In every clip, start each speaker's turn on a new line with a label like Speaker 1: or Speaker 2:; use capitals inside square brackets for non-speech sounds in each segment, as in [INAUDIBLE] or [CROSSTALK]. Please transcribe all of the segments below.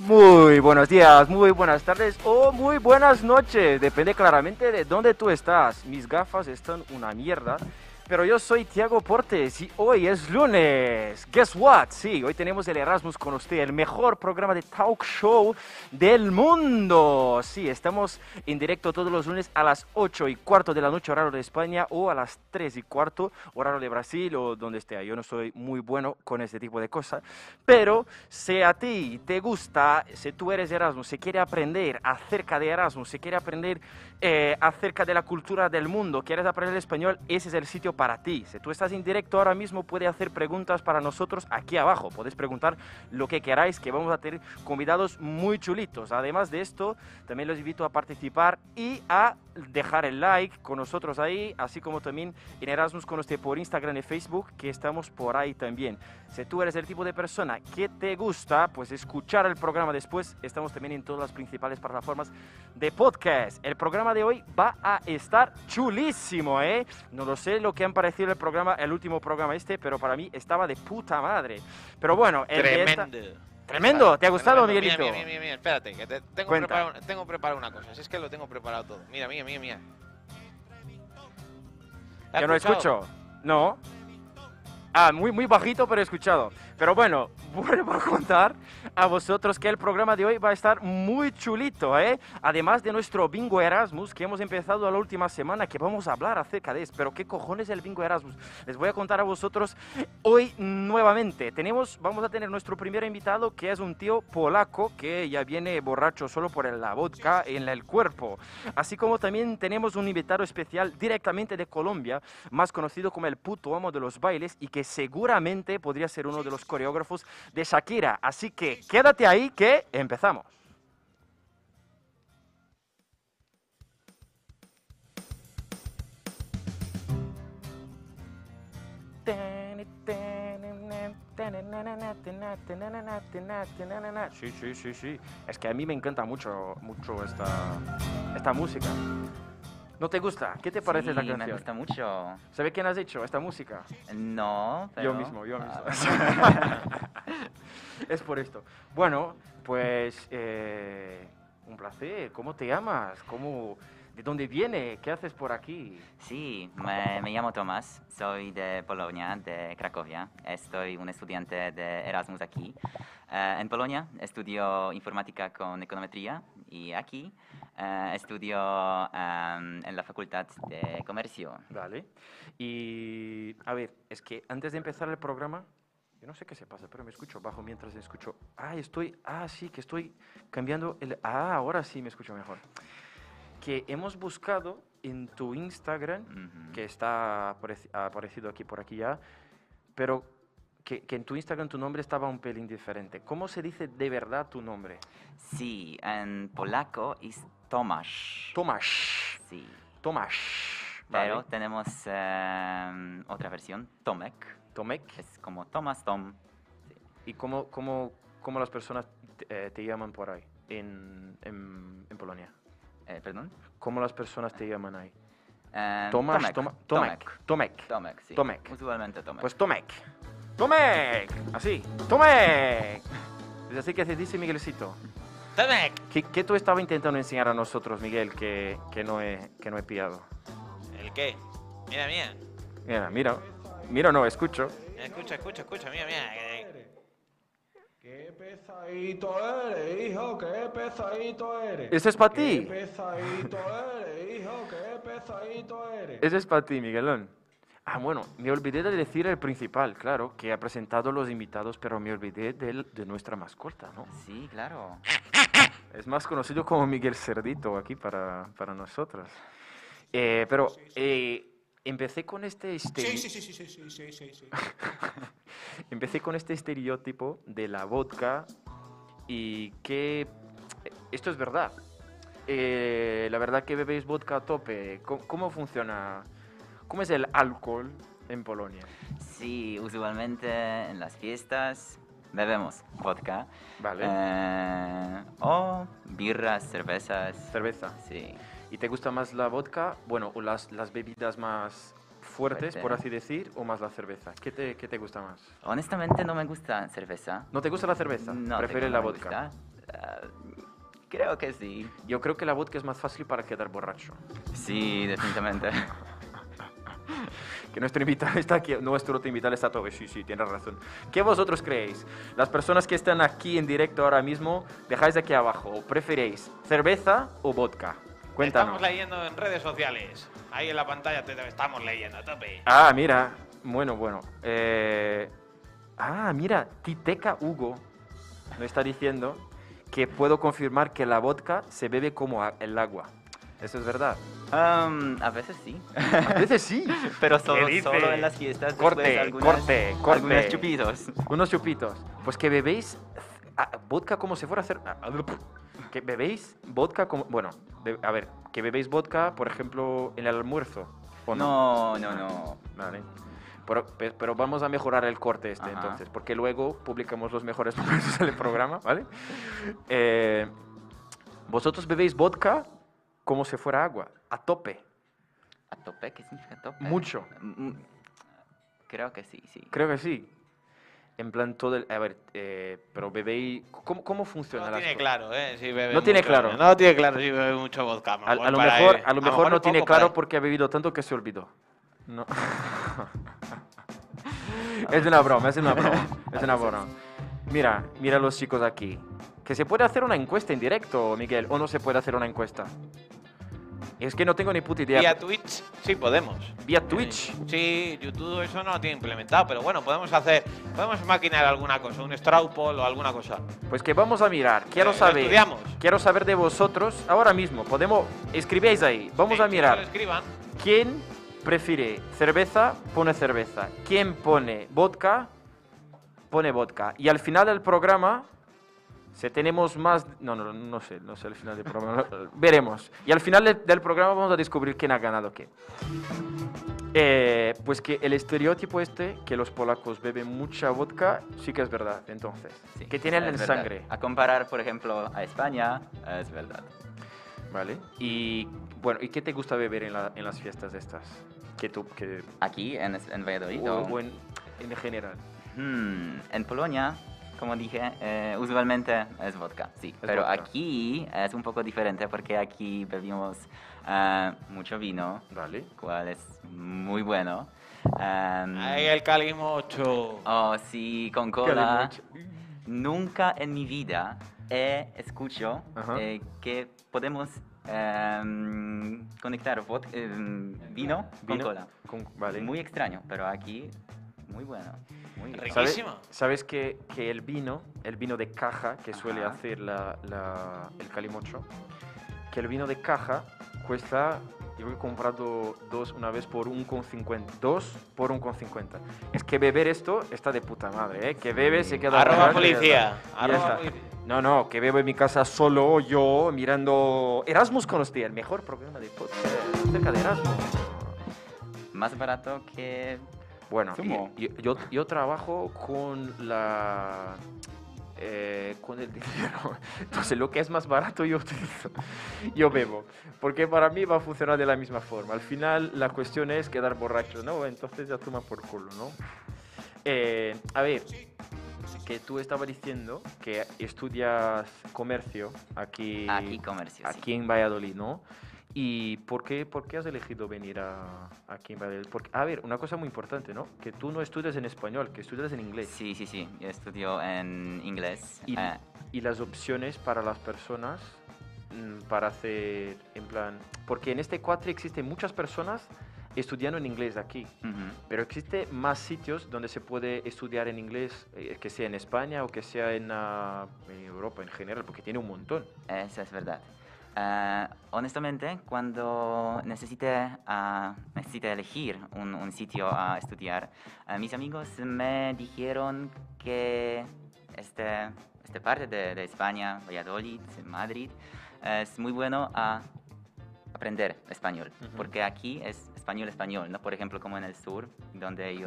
Speaker 1: Muy buenos días, muy buenas tardes o muy buenas noches. Depende claramente de dónde tú estás. Mis gafas están una mierda. Pero yo soy Tiago Portes y hoy es lunes. Guess what? Sí, hoy tenemos el Erasmus con usted, el mejor programa de talk show del mundo. Sí, estamos en directo todos los lunes a las 8 y cuarto de la noche, horario de España, o a las 3 y cuarto, horario de Brasil o donde esté. Yo no soy muy bueno con este tipo de cosas. Pero si a ti te gusta, si tú eres Erasmus, si quieres aprender acerca de Erasmus, si quieres aprender eh, acerca de la cultura del mundo, quieres aprender español, ese es el sitio para ti. Si tú estás en directo ahora mismo, puedes hacer preguntas para nosotros aquí abajo. Podéis preguntar lo que queráis, que vamos a tener convidados muy chulitos. Además de esto, también los invito a participar y a dejar el like con nosotros ahí, así como también en Erasmus con usted por Instagram y Facebook, que estamos por ahí también. Si tú eres el tipo de persona que te gusta, pues escuchar el programa después. Estamos también en todas las principales plataformas de podcast. El programa de hoy va a estar chulísimo, ¿eh? No lo sé lo que han parecido el programa, el último programa este, pero para mí estaba de puta madre. Pero bueno, el de esta-
Speaker 2: Tremendo.
Speaker 1: Tremendo, ¿te ha gustado,
Speaker 2: Tremendo. Mira,
Speaker 1: Miguelito?
Speaker 2: Mira, mira, mira, espérate, que te- tengo,
Speaker 1: Cuenta.
Speaker 2: preparado, tengo preparado una cosa. Si es que lo tengo preparado todo. Mira, mira, mira, mira. ¿La
Speaker 1: Yo no
Speaker 2: has escuchado?
Speaker 1: escucho. No. Ah, muy, muy bajito, pero he escuchado. Pero bueno, [LAUGHS] vuelvo a contar a vosotros que el programa de hoy va a estar muy chulito, ¿eh? Además de nuestro bingo Erasmus que hemos empezado la última semana, que vamos a hablar acerca de eso. Pero ¿qué cojones es el bingo Erasmus? Les voy a contar a vosotros hoy nuevamente. Tenemos, vamos a tener nuestro primer invitado, que es un tío polaco que ya viene borracho solo por la vodka en el cuerpo. Así como también tenemos un invitado especial directamente de Colombia, más conocido como el puto amo de los bailes y que seguramente podría ser uno de los coreógrafos de Shakira. Así que quédate ahí que empezamos. Sí, sí, sí, sí. Es que a mí me encanta mucho, mucho esta, esta música. ¿No te gusta? ¿Qué te parece
Speaker 3: Sí,
Speaker 1: esta canción?
Speaker 3: me gusta mucho.
Speaker 1: ¿Sabe quién has hecho esta música?
Speaker 3: No, pero...
Speaker 1: Yo mismo, yo mismo.
Speaker 3: Ah,
Speaker 1: [LAUGHS] es por esto. Bueno, pues eh, un placer. ¿Cómo te llamas? ¿Cómo, ¿De dónde viene? ¿Qué haces por aquí?
Speaker 3: sí, me, me llamo Tomás, soy de Polonia, de Cracovia. Estoy un estudiante de Erasmus aquí. Eh, en Polonia estudio informática con econometría y aquí eh, estudio em, en la Facultad de Comercio.
Speaker 1: Vale. Y a ver, es que antes de empezar el programa, yo no sé qué se pasa, pero me escucho bajo mientras escucho. Ah, estoy. Ah, sí, que estoy cambiando el. Ah, ahora sí me escucho mejor. Que hemos buscado en tu Instagram
Speaker 3: Ujú.
Speaker 1: que está apareci- ha aparecido aquí por aquí ya, pero que, que en tu Instagram tu nombre estaba un pelín diferente. ¿Cómo se dice de verdad tu nombre?
Speaker 3: Sí, en polaco es Tomasz.
Speaker 1: Tomasz.
Speaker 3: sí.
Speaker 1: Tomasz. ¿vale?
Speaker 3: Pero tenemos em, otra versión, Tomek.
Speaker 1: Tomek.
Speaker 3: Es como Tomás Tom.
Speaker 1: ¿Y cómo, cómo, cómo las personas te, eh, te llaman por ahí, en, en, en Polonia?
Speaker 3: Eh, perdón.
Speaker 1: ¿Cómo las personas te llaman ahí?
Speaker 3: Em,
Speaker 1: Tomasz,
Speaker 3: Tomek,
Speaker 1: Toma-
Speaker 3: Tomek.
Speaker 1: Tomek. Tomek.
Speaker 3: Tomek, sí.
Speaker 1: Tomek.
Speaker 3: Usualmente Tomek.
Speaker 1: Pues Tomek. Tomek. Así. Tomek. Es así que se dice Miguelcito.
Speaker 2: ¡Tomek!
Speaker 1: ¿Qué, qué tú estabas intentando enseñar a nosotros, Miguel, que, que no, he, que no he pillado?
Speaker 2: ¿El qué? Mira, mira.
Speaker 1: Mira, mira, mira, no, escucho.
Speaker 2: Escucha, escucha, escucha. Mira, mira. que-
Speaker 4: Qué pesadito eres, hijo, qué pesadito eres.
Speaker 1: Eso es para
Speaker 4: Qué
Speaker 1: ti.
Speaker 4: pesadito eres, hijo, qué pesadito eres.
Speaker 1: Eso es para ti, Miguelón. Ah, bueno, me olvidé de decir el principal, claro, que ha presentado los invitados, pero me olvidé del- de nuestra mascota, ¿no?
Speaker 3: Sí, claro.
Speaker 1: Es más conocido como Miguel Cerdito aquí para, para nosotros. Eh, pero eh, empecé con este... este-
Speaker 4: sí, sí, sí, sí, sí, sí, sí.
Speaker 1: [LAUGHS] Empecé con este estereotipo de la vodka y que esto es verdad. Eh, la verdad que bebéis vodka a tope. Co- ¿Cómo, funciona? ¿Cómo es el alcohol en Polonia?
Speaker 3: Sí, usualmente en las fiestas bebemos vodka.
Speaker 1: Vale.
Speaker 3: eh, o birras, cervezas.
Speaker 1: Cerveza.
Speaker 3: Sí.
Speaker 1: ¿Y te gusta más la vodka? Bueno, o las, las bebidas más fuertes,
Speaker 3: Fuerte.
Speaker 1: por así decir, o más la cerveza. ¿Qué te, qué te gusta más?
Speaker 3: Honestamente no me gusta cerveza.
Speaker 1: ¿No te gusta la cerveza?
Speaker 3: No,
Speaker 1: ¿Prefieres
Speaker 3: tengo-
Speaker 1: la
Speaker 3: no me
Speaker 1: vodka?
Speaker 3: gusta. Eh, creo que sí.
Speaker 1: Yo creo que la vodka es más fácil para quedar borracho.
Speaker 3: Sí,
Speaker 1: [LAUGHS]
Speaker 3: definitivamente.
Speaker 1: Que nuestro invitado [LAUGHS] está aquí, nuestro otro invitado está todo. Sí, sí, tienes razón. ¿Qué vosotros creéis? Las personas que están aquí en directo ahora mismo, dejáis aquí abajo. ¿O ¿Preferéis cerveza o vodka? Cuéntanos.
Speaker 2: Estamos leyendo en redes sociales. Ahí en la pantalla te te estamos leyendo, a tope.
Speaker 1: Ah, mira. Bueno, bueno. Eh, Ah, mira, Titeca Hugo me está diciendo que puedo confirmar que la vodka se bebe como a- el agua. Eso es verdad.
Speaker 3: Um, a veces sí.
Speaker 1: A veces sí.
Speaker 3: Pero solo,
Speaker 1: dices?
Speaker 3: solo en las fiestas. después
Speaker 1: Corte,
Speaker 3: de algunas,
Speaker 1: corte, corte.
Speaker 3: Algunos chupitos.
Speaker 1: Unos chupitos. Pues que bebéis ah, vodka como si fuera a hacer... ah, ah, blup. Que bebéis vodka como... Bueno, be- a ver, que bebéis vodka, por ejemplo, en el almuerzo. ¿o
Speaker 3: No, no, no.
Speaker 1: Vale. Pero, pe- pero vamos a mejorar el corte este
Speaker 3: Ajá.
Speaker 1: entonces, porque luego publicamos los mejores [LAUGHS] momentos del programa, ¿vale? Eh, vosotros bebéis vodka como si fuera agua, a tope,
Speaker 3: ¿A tope? ¿Qué significa tope?
Speaker 1: mucho.
Speaker 3: Mm, Creo que sí, sí.
Speaker 1: Creo que sí. En plan todo el... A ver, eh, pero bebéis... ¿Cómo, cómo funciona
Speaker 2: No
Speaker 1: las
Speaker 2: tiene
Speaker 1: cosas?
Speaker 2: claro, ¿eh? Si bebe
Speaker 1: No tiene
Speaker 2: mucho-
Speaker 1: claro.
Speaker 2: No tiene claro si bebe mucho vodka.
Speaker 1: A,
Speaker 2: mamón,
Speaker 1: a lo
Speaker 2: para
Speaker 1: mejor,
Speaker 2: él.
Speaker 1: a lo mejor no
Speaker 2: un
Speaker 1: tiene
Speaker 2: poco para
Speaker 1: claro
Speaker 2: él.
Speaker 1: porque ha bebido tanto que se olvidó. No. [LAUGHS] es una broma, es una broma. Es una broma. Mira, mira a los chicos aquí. Que se puede hacer una encuesta en directo, Miguel, o no se puede hacer una encuesta. Es que no tengo ni puta idea.
Speaker 2: Vía Twitch sí podemos.
Speaker 1: Vía Twitch.
Speaker 2: Sí, YouTube eso no lo tiene implementado, pero bueno, podemos hacer, podemos maquinar alguna cosa, un straupol o alguna cosa.
Speaker 1: Pues que vamos a mirar. Quiero
Speaker 2: Eh, lo
Speaker 1: saber.
Speaker 2: estudiamos.
Speaker 1: Quiero saber de vosotros ahora mismo. Podemos. Escribéis ahí. Vamos
Speaker 2: Sí,
Speaker 1: a
Speaker 2: que
Speaker 1: mirar.
Speaker 2: no lo escriban.
Speaker 1: ¿Quién prefiere cerveza? Pone cerveza. ¿Quién pone vodka? Pone vodka. Y al final del programa, si tenemos más... No, no, no sé, no sé al final del programa. Veremos. Y al final de- del programa vamos a descubrir quién ha ganado qué. Eh, pues que el estereotipo este, que los polacos beben mucha vodka, sí que es verdad, entonces.
Speaker 3: Sí,
Speaker 1: que tienen
Speaker 3: es
Speaker 1: en
Speaker 3: verdad.
Speaker 1: sangre.
Speaker 3: A comparar, por ejemplo, a España, es verdad.
Speaker 1: Vale. Y bueno, ¿y qué te gusta beber en, la- en las fiestas estas? Que tú, que
Speaker 3: Aquí, en, es- en Valladolid,
Speaker 1: o,
Speaker 3: o-
Speaker 1: o en, en general.
Speaker 3: Hmm, en Polonia, como dije, eh, usualmente es vodka, sí. pero
Speaker 1: vodka.
Speaker 3: aquí es un poco diferente porque aquí bebimos eh, mucho vino,
Speaker 1: Vale.
Speaker 3: cual es muy bueno. Em,
Speaker 1: Mm.
Speaker 2: Ahí el calimocho.
Speaker 1: Ah,
Speaker 3: oh, sí, con cola. Nunca en mi vida he escuchado
Speaker 1: Ajá.
Speaker 3: eh, que podemos em, conectar vod- em, vino, con
Speaker 1: Vino
Speaker 3: cola.
Speaker 1: con- vale.
Speaker 3: Muy extraño, pero aquí muy bueno. Muy
Speaker 2: Rico.
Speaker 1: ¿Sabe-
Speaker 2: riquísimo.
Speaker 1: Sabes que, que el vino, el vino de caja que suele
Speaker 3: Ajá.
Speaker 1: hacer la, la- el calimocho, que el vino de caja cuesta, yo he comprado dos una vez por 1,50. Dos por 1,50. Es que beber esto está de puta madre, ¿eh? Que bebes y queda...
Speaker 2: Arroba
Speaker 1: borracho y ya está.
Speaker 2: policía.
Speaker 1: Ya
Speaker 2: Arroba
Speaker 1: está.
Speaker 2: policía.
Speaker 1: No, no, que bebo en mi casa solo yo mirando Erasmus con los el mejor programa de podcast acerca de Erasmus.
Speaker 3: Más barato que...
Speaker 1: Bueno,
Speaker 3: Sumo.
Speaker 1: y- y- yo, yo trabajo con la... eh, con el [LAUGHS] dinero. Entonces, lo que es más barato yo utilizo. Yo bebo. Porque para mí va a funcionar de la misma forma. Al final, la cuestión es quedar borracho, ¿no? Entonces ya toma por culo, ¿no? Eh, a ver, que tú estabas diciendo que estudias comercio aquí,
Speaker 3: Aquí comercio, sí.
Speaker 1: aquí en Valladolid, ¿no? ¿Y por qué, por qué has elegido venir a, aquí en Valladolid? Porque, a ver, una cosa muy importante, ¿no? Que tú no estudias en español, que estudias en inglés.
Speaker 3: Sí, sí, sí. Yo estudio en inglés.
Speaker 1: Y-
Speaker 3: eh,
Speaker 1: Y las opciones para las personas mm, para hacer, en plan... Porque en este cuatri existen muchas personas estudiando en inglés aquí.
Speaker 3: ujú.
Speaker 1: Pero existe más sitios donde se puede estudiar en inglés, eh, que sea en España o que sea en, ah, en Europa en general, porque tiene un montón.
Speaker 3: Eso es verdad. Eh, honestamente, cuando necesité, ah, necesité elegir un, un sitio a estudiar, eh, mis amigos me dijeron que este, este parte de, de España, Valladolid, Madrid, es muy bueno a aprender español,
Speaker 1: Ujú.
Speaker 3: porque aquí es español español, no por ejemplo como en el sur, donde
Speaker 1: [LAUGHS]
Speaker 3: yo...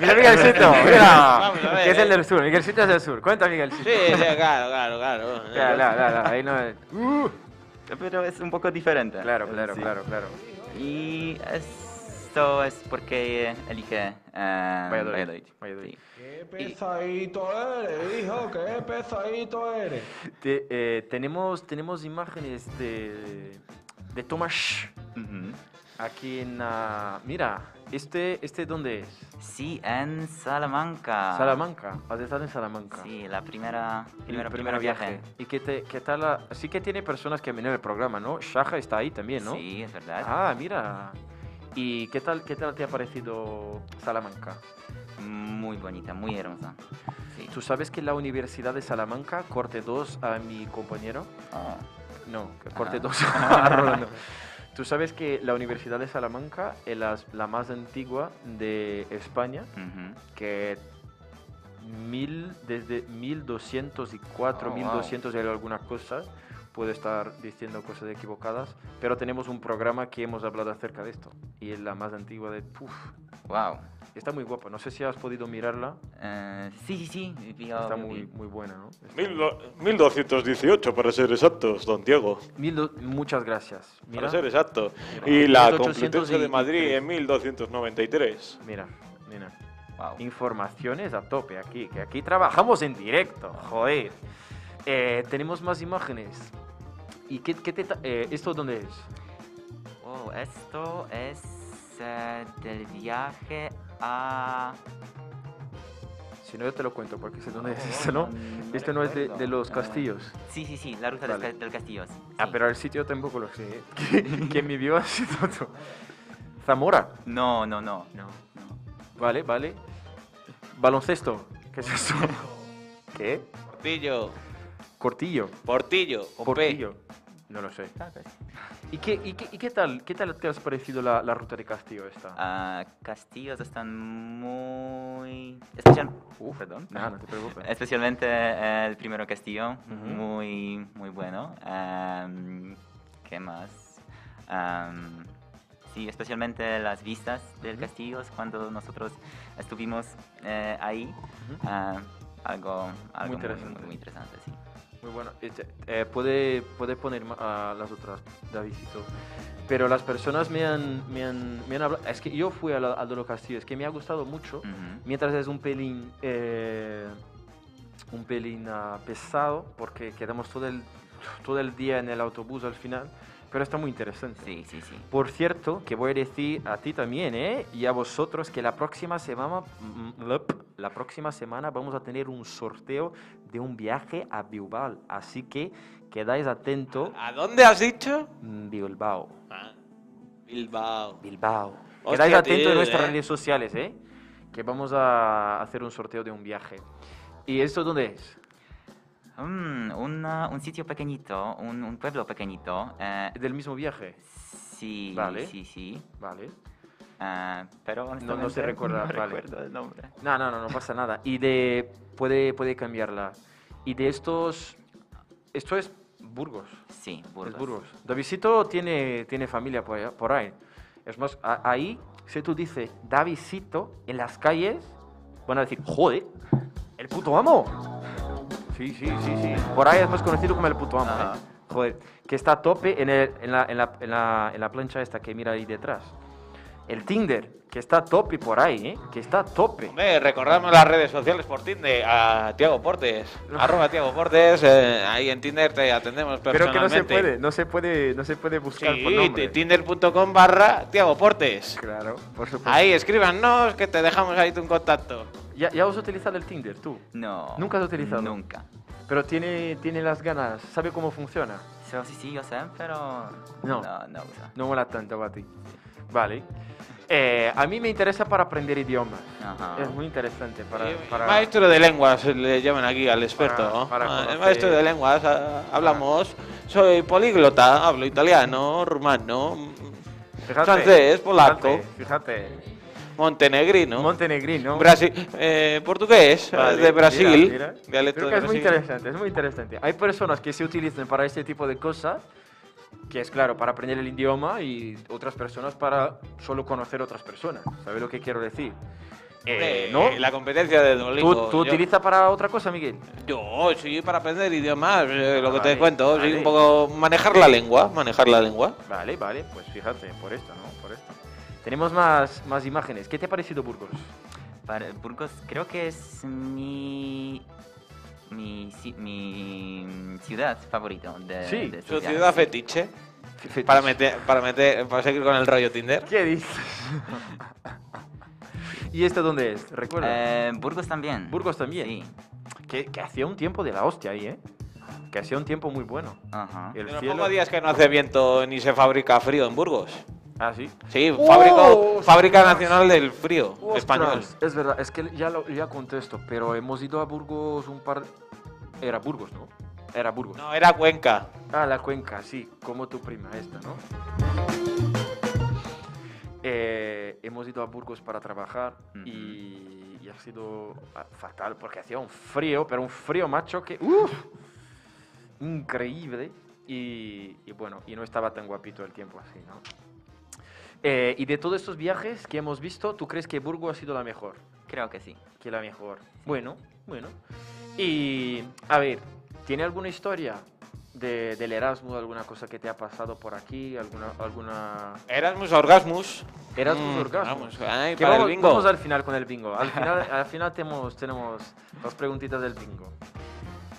Speaker 1: Mira [LAUGHS] Miguelcito, mira.
Speaker 2: Vamos a ver,
Speaker 1: que es el
Speaker 2: eh.
Speaker 1: del sur, Miguelcito es del sur. Cuenta Miguelcito.
Speaker 2: Sí, sí, claro, claro, claro.
Speaker 1: [LAUGHS] Claro, claro, claro, ahí no es-
Speaker 3: Pero es un poco diferente.
Speaker 1: claro, claro,
Speaker 3: Sí.
Speaker 1: claro, claro.
Speaker 3: Y es esto es porque elige eh, Valladolid.
Speaker 1: Valladolid.
Speaker 3: Sí.
Speaker 4: Qué pesadito eres, hijo, qué pesadito eres.
Speaker 1: Te- eh, tenemos, tenemos imágenes de, de Tomás
Speaker 3: Ujú.
Speaker 1: aquí en... ah, mira, este, ¿este dónde es?
Speaker 3: Sí, en Salamanca.
Speaker 1: Salamanca. Has de estar en Salamanca.
Speaker 3: Ah. Sí, la primera,
Speaker 1: El primer
Speaker 3: primera, primera viaje.
Speaker 1: ¿Y qué, te, qué tal? la- Sí que tiene personas que vienen al programa, ¿no? Shaja está ahí también, ¿no?
Speaker 3: Sí, es verdad.
Speaker 1: Ah, mira. ¿Y qué tal, qué tal te ha parecido Salamanca?
Speaker 3: Muy bonita, muy hermosa. Sí.
Speaker 1: ¿Tú sabes que la Universidad de Salamanca, corte 2 a mi compañero?
Speaker 3: Oh.
Speaker 1: No, que corte
Speaker 3: [LAUGHS] Ah.
Speaker 1: 2 a Rolando. [LAUGHS] Tú sabes que la Universidad de Salamanca es la, la más antigua de España,
Speaker 3: Ujú.
Speaker 1: que mil, desde 1204,
Speaker 3: Oh, wow.
Speaker 1: 1200 y algunas cosas, puedo estar diciendo cosas equivocadas, pero tenemos un programa que hemos hablado acerca de esto, y es la más antigua de... uf,
Speaker 3: Wow.
Speaker 1: está muy guapa, no sé si has podido mirarla,
Speaker 3: Eh, sí, sí, sí. vi- vi-
Speaker 1: está
Speaker 3: vi-
Speaker 1: muy,
Speaker 3: Ah, vi.
Speaker 1: muy buena, ¿no? Está-
Speaker 5: Mil do- 1218, para ser exactos, don Diego.
Speaker 1: mil do- muchas gracias. Mira,
Speaker 5: Para ser exacto. Y la
Speaker 1: 1800
Speaker 5: Complutense
Speaker 1: y-
Speaker 5: de Madrid eh.
Speaker 1: y-
Speaker 5: en 1293.
Speaker 1: mira, mira.
Speaker 3: Wow.
Speaker 1: Informaciones a tope aquí, que aquí trabajamos en directo, joder. Eh, tenemos más imágenes. ¿Y qué, qué te ta- eh, esto dónde es?
Speaker 3: Wow, Oh, esto es eh, del viaje a.
Speaker 1: Si no, yo te lo cuento porque sé dónde es
Speaker 2: No,
Speaker 1: esto, ¿no? Esto no es de, de los
Speaker 3: Eh,
Speaker 1: castillos.
Speaker 3: Ah, Sí, sí, sí, la ruta
Speaker 1: Vale.
Speaker 3: del, ca- del castillo. sí.
Speaker 1: Ah, pero el sitio tampoco lo sé. ¿eh? [LAUGHS] Quien me vio así todo. Zamora.
Speaker 3: No, no, no.
Speaker 1: No.
Speaker 3: no.
Speaker 1: Vale, vale. Baloncesto. ¿Qué es
Speaker 3: [LAUGHS]
Speaker 1: esto? ¿Qué?
Speaker 2: Portillo.
Speaker 1: Cortillo.
Speaker 2: Portillo. Con P.
Speaker 1: Portillo. No lo sé. ¿Y qué, y qué, y qué tal? ¿Qué tal te has parecido la, la ruta de Castillo esta?
Speaker 3: Ah, castillos están muy. Especial...
Speaker 1: Uf,
Speaker 3: perdón.
Speaker 1: Nada, no te preocupes.
Speaker 3: Especialmente eh, el primero castillo,
Speaker 1: Ujú.
Speaker 3: muy, muy bueno. Am, ¿Qué más? Am, sí, especialmente las vistas del
Speaker 1: Ujú.
Speaker 3: castillo cuando nosotros estuvimos eh, ahí.
Speaker 1: Ujú.
Speaker 3: Ah, algo algo muy,
Speaker 1: interesante.
Speaker 3: muy interesante, sí.
Speaker 1: Muy bueno. Este, eh, puede, puede poner ma- a las otras, Davidito. Pero las personas me han, me han, me han hablado. Es que yo fui a la- al Dolo Castillo, es que me ha gustado mucho.
Speaker 3: Ujú.
Speaker 1: Mientras es un pelín. eh, un pelín ah, pesado, porque quedamos todo el, todo el día en el autobús al final. Pero está muy interesante.
Speaker 3: Sí, sí, sí.
Speaker 1: Por cierto, que voy a decir a ti también, ¿eh? Y a vosotros que la próxima semana, mm, lep, la próxima semana vamos a tener un sorteo de un viaje a Bilbao. Así que quedáis atento.
Speaker 2: ¿A dónde has dicho?
Speaker 1: Mm, Bilbao,
Speaker 2: Ah, Bilbao.
Speaker 1: Bilbao.
Speaker 2: Hostia,
Speaker 1: quedáis atentos en
Speaker 2: tío,
Speaker 1: nuestras
Speaker 2: ¿eh?
Speaker 1: redes sociales, ¿eh? Que vamos a hacer un sorteo de un viaje. ¿Y esto dónde es?
Speaker 3: Mm, una- un sitio pequeñito, un, un pueblo pequeñito. eh,
Speaker 1: ¿Del mismo viaje?
Speaker 3: sí,
Speaker 1: Vale.
Speaker 3: sí, sí.
Speaker 1: Vale.
Speaker 3: Ah, pero
Speaker 1: No- no se
Speaker 3: honestamente
Speaker 1: recuerda,
Speaker 3: [LAUGHS] no
Speaker 1: vale.
Speaker 3: recuerdo el nombre.
Speaker 1: No, no, no, no pasa nada. Y de. Puede, puede cambiarla. Y de estos. Esto es Burgos.
Speaker 3: Sí,
Speaker 1: Es Burgos. Davisito tiene, tiene familia por, allá- por ahí. Es más, a- ahí, si tú dices Davisito en las calles, van a decir, joder, el puto amo. Sí, sí, sí, sí. Por ahí es más conocido como el puto amo.
Speaker 3: Ajá.
Speaker 1: ¿eh? Joder, que está a tope en, el- en la, en la- en la- en la plancha esta que mira ahí detrás. El Tinder, que está a tope por ahí, ¿eh? Que está a tope.
Speaker 2: Hombre, recordamos las redes sociales por Tinder a Tiago Portes. arroba Tiago Portes. eh, ahí en Tinder te atendemos
Speaker 1: Pero
Speaker 2: personalmente.
Speaker 1: que no se puede, no se puede, no se puede buscar por
Speaker 2: Sí,
Speaker 1: nombre.
Speaker 2: t- tinder.com barra Tiago Portes.
Speaker 1: Claro, por supuesto.
Speaker 2: Ahí, escríbanos que te dejamos ahí un contacto.
Speaker 1: ¿Ya, ya has utilizado el Tinder tú?
Speaker 3: No.
Speaker 1: ¿Nunca has utilizado?
Speaker 3: Nunca.
Speaker 1: Pero tiene, tiene las ganas, sabe cómo funciona.
Speaker 3: So, sí, sí, yo sé, pero.
Speaker 1: No.
Speaker 3: No, no uso.
Speaker 1: No mola tanto para ti. Vale. Eh, a mí me interesa para aprender idiomas.
Speaker 3: Ajá.
Speaker 1: Es muy interesante para...
Speaker 2: Eh,
Speaker 1: para-
Speaker 2: Maestro de lenguas, le llaman aquí al experto.
Speaker 1: Para-
Speaker 2: ¿no?
Speaker 1: para
Speaker 2: Ah,
Speaker 1: conocer-
Speaker 2: Maestro de lenguas, ah, hablamos. Soy políglota, hablo italiano, rumano,
Speaker 1: Fíjate,
Speaker 2: francés, polaco,
Speaker 1: Fíjate.
Speaker 2: montenegrino,
Speaker 1: Montenegrino.
Speaker 2: brasi- eh, portugués,
Speaker 1: Vale,
Speaker 2: eh, de Brasil,
Speaker 1: mira, mira.
Speaker 2: dialecto
Speaker 1: Creo
Speaker 2: de
Speaker 1: que es muy
Speaker 2: Brasil.
Speaker 1: interesante, es muy interesante. Hay personas que se utilizan para este tipo de cosas, que es claro, para aprender el idioma y otras personas para solo conocer otras personas. ¿Sabes lo que quiero decir? Eh,
Speaker 2: Eh,
Speaker 1: ¿No?
Speaker 2: La competencia de Duolingo.
Speaker 1: ¿Tú, tú
Speaker 2: yo-
Speaker 1: utilizas para otra cosa, Miguel?
Speaker 2: Yo, sí, para aprender idiomas, eh, lo que
Speaker 1: Vale,
Speaker 2: te cuento,
Speaker 1: vale.
Speaker 2: sí, un poco manejar la lengua, manejar la lengua.
Speaker 1: Vale, vale, pues fíjate, por esto, ¿no? Por esto. Tenemos más, más imágenes. ¿Qué te ha parecido Burgos?
Speaker 3: Para- Burgos creo que es mi, mi, ci- mi ciudad favorito de,
Speaker 1: Sí,
Speaker 3: de
Speaker 2: Su
Speaker 3: Suiza.
Speaker 2: ciudad fetiche.
Speaker 1: Fetiche.
Speaker 2: Para meter, para meter, para seguir con el rollo Tinder.
Speaker 1: ¿Qué dices?
Speaker 2: [LAUGHS]
Speaker 1: ¿Y esto dónde es? Recuerda.
Speaker 3: Eh, Burgos también.
Speaker 1: Burgos también.
Speaker 3: Sí.
Speaker 1: Que, que hacía un tiempo de la hostia ahí, ¿eh? Que hacía un tiempo muy bueno.
Speaker 3: Ajá.
Speaker 1: El
Speaker 2: De los
Speaker 1: cielo-
Speaker 2: pocos días que Ah, no hace viento ni se fabrica frío en Burgos.
Speaker 1: Ah, sí.
Speaker 2: Sí,
Speaker 1: ¡Oh!
Speaker 2: fabricó- fábrica nacional del frío español.
Speaker 1: Ostras, Es verdad, es que ya, lo, ya contesto, pero hemos ido a Burgos un par... Era Burgos, ¿no? Era Burgos.
Speaker 2: No, era Cuenca.
Speaker 1: Ah, la cuenca, sí, como tu prima esta, ¿no? Eh, hemos ido a Burgos para trabajar
Speaker 3: Ujú.
Speaker 1: y, y ha sido ah, fatal porque hacía un frío, pero un frío macho que... ¡Uf! Increíble. Y, y bueno, y no estaba tan guapito el tiempo así, ¿no? Eh, y de todos estos viajes que hemos visto, ¿tú crees que Burgos ha sido la mejor?
Speaker 3: Creo que sí.
Speaker 1: que la mejor. Bueno, bueno. Y a ver, ¿tiene alguna historia de- del Erasmus? ¿Alguna cosa que te ha pasado por aquí? ¿Alguna... alguna...
Speaker 2: Erasmus Orgasmus.
Speaker 1: Erasmus
Speaker 2: Mm,
Speaker 1: Orgasmus.
Speaker 2: vamos, ay,
Speaker 1: Que
Speaker 2: para el
Speaker 1: vamos,
Speaker 2: bingo.
Speaker 1: vamos al final con el bingo.
Speaker 2: [LAUGHS]
Speaker 1: Al final, al final tenemos, tenemos las preguntitas del bingo.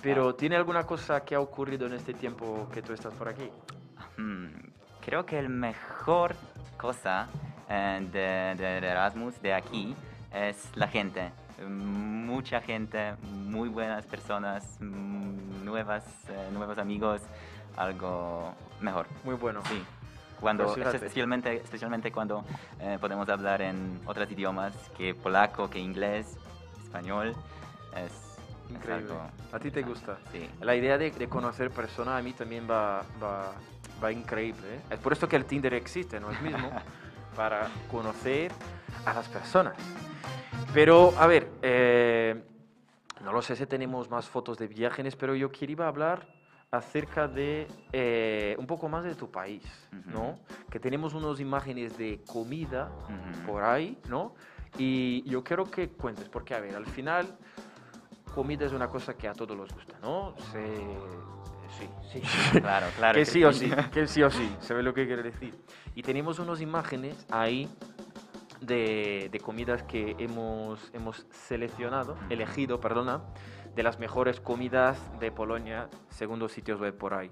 Speaker 1: Pero
Speaker 2: Ah.
Speaker 1: ¿tiene alguna cosa que ha ocurrido en este tiempo que tú estás por aquí?
Speaker 3: Hmm, Creo que el mejor cosa eh, de, de Erasmus de aquí es la gente. Mucha gente, muy buenas personas, mm, nuevas, eh, nuevos amigos, algo mejor.
Speaker 1: Muy bueno.
Speaker 3: Sí. Cuando,
Speaker 1: Impresionante.
Speaker 3: especialmente, especialmente cuando eh, podemos hablar en otros idiomas que polaco, que inglés, español, es, es
Speaker 1: Increíble.
Speaker 3: algo-
Speaker 1: ¿A ti te gusta?
Speaker 3: Sí.
Speaker 1: La idea de, de conocer personas a mí también va, va, va increíble. ¿eh? Es por esto que el Tinder existe, ¿no es mismo? Para conocer a las personas. Pero, a ver, eh, no lo sé si tenemos más fotos de viajes, pero yo quería hablar acerca de eh, un poco más de tu país,
Speaker 3: Ujú.
Speaker 1: ¿no? Que tenemos unas imágenes de comida
Speaker 3: Ujú.
Speaker 1: por ahí, ¿no? Y yo quiero que cuentes, porque a ver, al final, comida es una cosa que a todos los gusta, ¿no? Se... Sí, sí.
Speaker 3: Claro, claro.
Speaker 1: [LAUGHS] que sí o sí,
Speaker 3: Cristina.
Speaker 1: que sí o sí, se ve lo que quiere decir. Y tenemos unas imágenes ahí de, de comidas que hemos, hemos seleccionado, elegido, perdona, de las mejores comidas de Polonia, según los sitios web por ahí.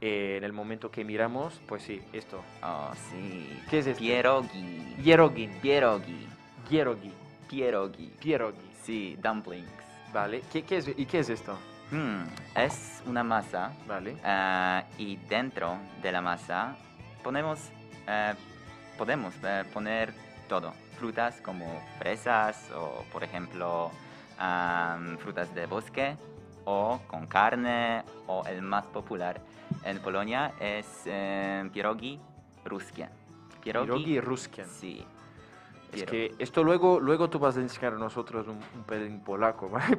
Speaker 1: Eh, en el momento que miramos, pues sí, esto.
Speaker 3: Oh, sí.
Speaker 1: ¿Qué es esto?
Speaker 3: Pierogi.
Speaker 1: Pierogi.
Speaker 3: Pierogi.
Speaker 1: Pierogi.
Speaker 3: Pierogi.
Speaker 1: Pierogi.
Speaker 3: Sí, dumplings.
Speaker 1: Vale, ¿Qué, qué es, ¿y qué es esto?
Speaker 3: Hmm, Es una masa
Speaker 1: Vale.
Speaker 3: ah, y dentro de la masa ponemos, eh, podemos eh, poner todo. Frutas como fresas o, por ejemplo, am, frutas de bosque o con carne o el más popular en Polonia es eh, pierogi ruskie.
Speaker 1: Pierogi Ruskian.
Speaker 3: Sí.
Speaker 1: Es
Speaker 3: Piero-
Speaker 1: que esto luego, luluego tú vas a enseñar a nosotros un, un pelín polaco, [LAUGHS]
Speaker 3: [LAUGHS]
Speaker 1: ¿vale?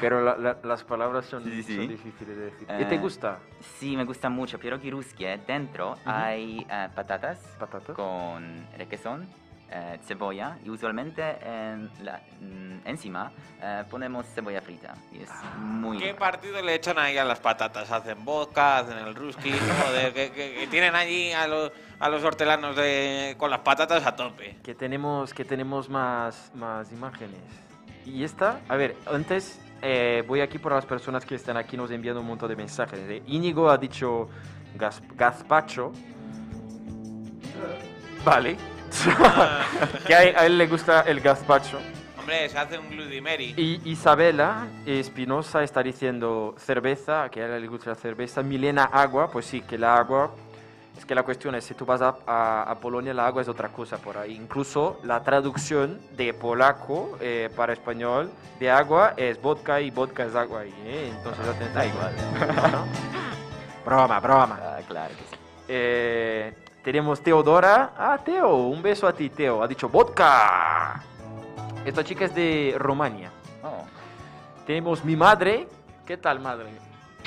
Speaker 1: Pero la- la- las palabras son,
Speaker 3: Sí, sí.
Speaker 1: son difíciles de decir. ¿Qué te
Speaker 3: Eh,
Speaker 1: gusta?
Speaker 3: Sí, me gusta mucho. Pierogi ruskie. ¿eh? Dentro hay eh, patatas
Speaker 1: ¿Patatas?
Speaker 3: con requesón, eh, cebolla y usualmente en la- mm, encima eh, ponemos cebolla frita. Y es
Speaker 1: Ah,
Speaker 3: muy
Speaker 2: ¿Qué
Speaker 3: bueno.
Speaker 2: partido le echan ahí a las patatas? ¿Hacen vodka? ¿Hacen el ruski?
Speaker 1: [LAUGHS]
Speaker 2: Joder, que, que- que tienen allí a los, a los hortelanos de- con las patatas a tope.
Speaker 1: Que tenemos, que tenemos más, más imágenes. Y esta, a ver, antes eh, voy aquí por las personas que están aquí nos enviando un montón de mensajes. ¿eh? Íñigo ha dicho gas, gazpacho. Vale. [LAUGHS]
Speaker 2: Ah,
Speaker 1: que a, a él le gusta el gazpacho.
Speaker 2: hombre, se hace un Bloody Mary.
Speaker 1: Y Isabela Espinosa está diciendo cerveza, que a ella le gusta la cerveza. Milena, agua, pues sí, que la agua. Es que la cuestión es: si tú vas a, a- a Polonia, la agua es otra cosa por ahí. Incluso la traducción de polaco eh, para español de agua es vodka y vodka es agua. ahí, ¿eh? Entonces, atención.
Speaker 3: Da igual.
Speaker 1: ¿no? [LAUGHS] broma, broma.
Speaker 3: Ah, claro que sí.
Speaker 1: Eh, tenemos Teodora. Ah, Teo, un beso a ti, Teo. Ha dicho vodka. Esta chica es de Rumania.
Speaker 3: Oh,
Speaker 1: Tenemos mi madre. ¿Qué tal, madre?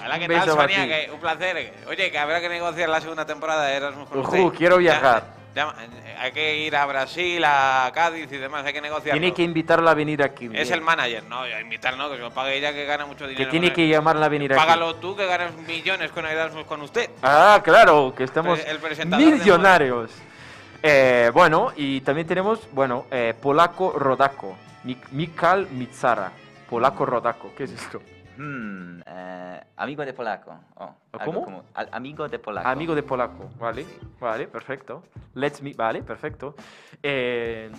Speaker 2: Hola, ¿qué
Speaker 1: un
Speaker 2: tal,
Speaker 1: beso para
Speaker 2: Sonia?
Speaker 1: ti.
Speaker 2: Que- un placer. Oye, que habrá que negociar la segunda temporada de Erasmus con
Speaker 1: Ujú,
Speaker 2: usted.
Speaker 1: quiero viajar.
Speaker 2: Ya- ya- hay que ir a Brasil, a Cádiz y demás, hay que negociar.
Speaker 1: Tiene que invitarla a venir aquí.
Speaker 2: Es el manager, no, a invitar no, que se lo pague ella que gana mucho
Speaker 1: Que
Speaker 2: dinero.
Speaker 1: tiene
Speaker 2: con
Speaker 1: que
Speaker 2: él.
Speaker 1: llamarla a venir aquí.
Speaker 2: Págalo tú que ganas millones con Erasmus con usted.
Speaker 1: Ah, claro, que estamos
Speaker 2: El presentador de moda.
Speaker 1: millonarios. Eh, bueno, y también tenemos, bueno, eh, Polaco Rodaco, Mik- Mikal Mizara, Polaco Rodaco, ¿qué es esto?
Speaker 3: Hmm, eh, amigo de polaco. Oh,
Speaker 1: ¿Ah,
Speaker 3: algo
Speaker 1: cómo?
Speaker 3: como- al- amigo de polaco.
Speaker 1: Amigo de polaco, vale, vale, perfecto. Let's me, vale, perfecto. Eh,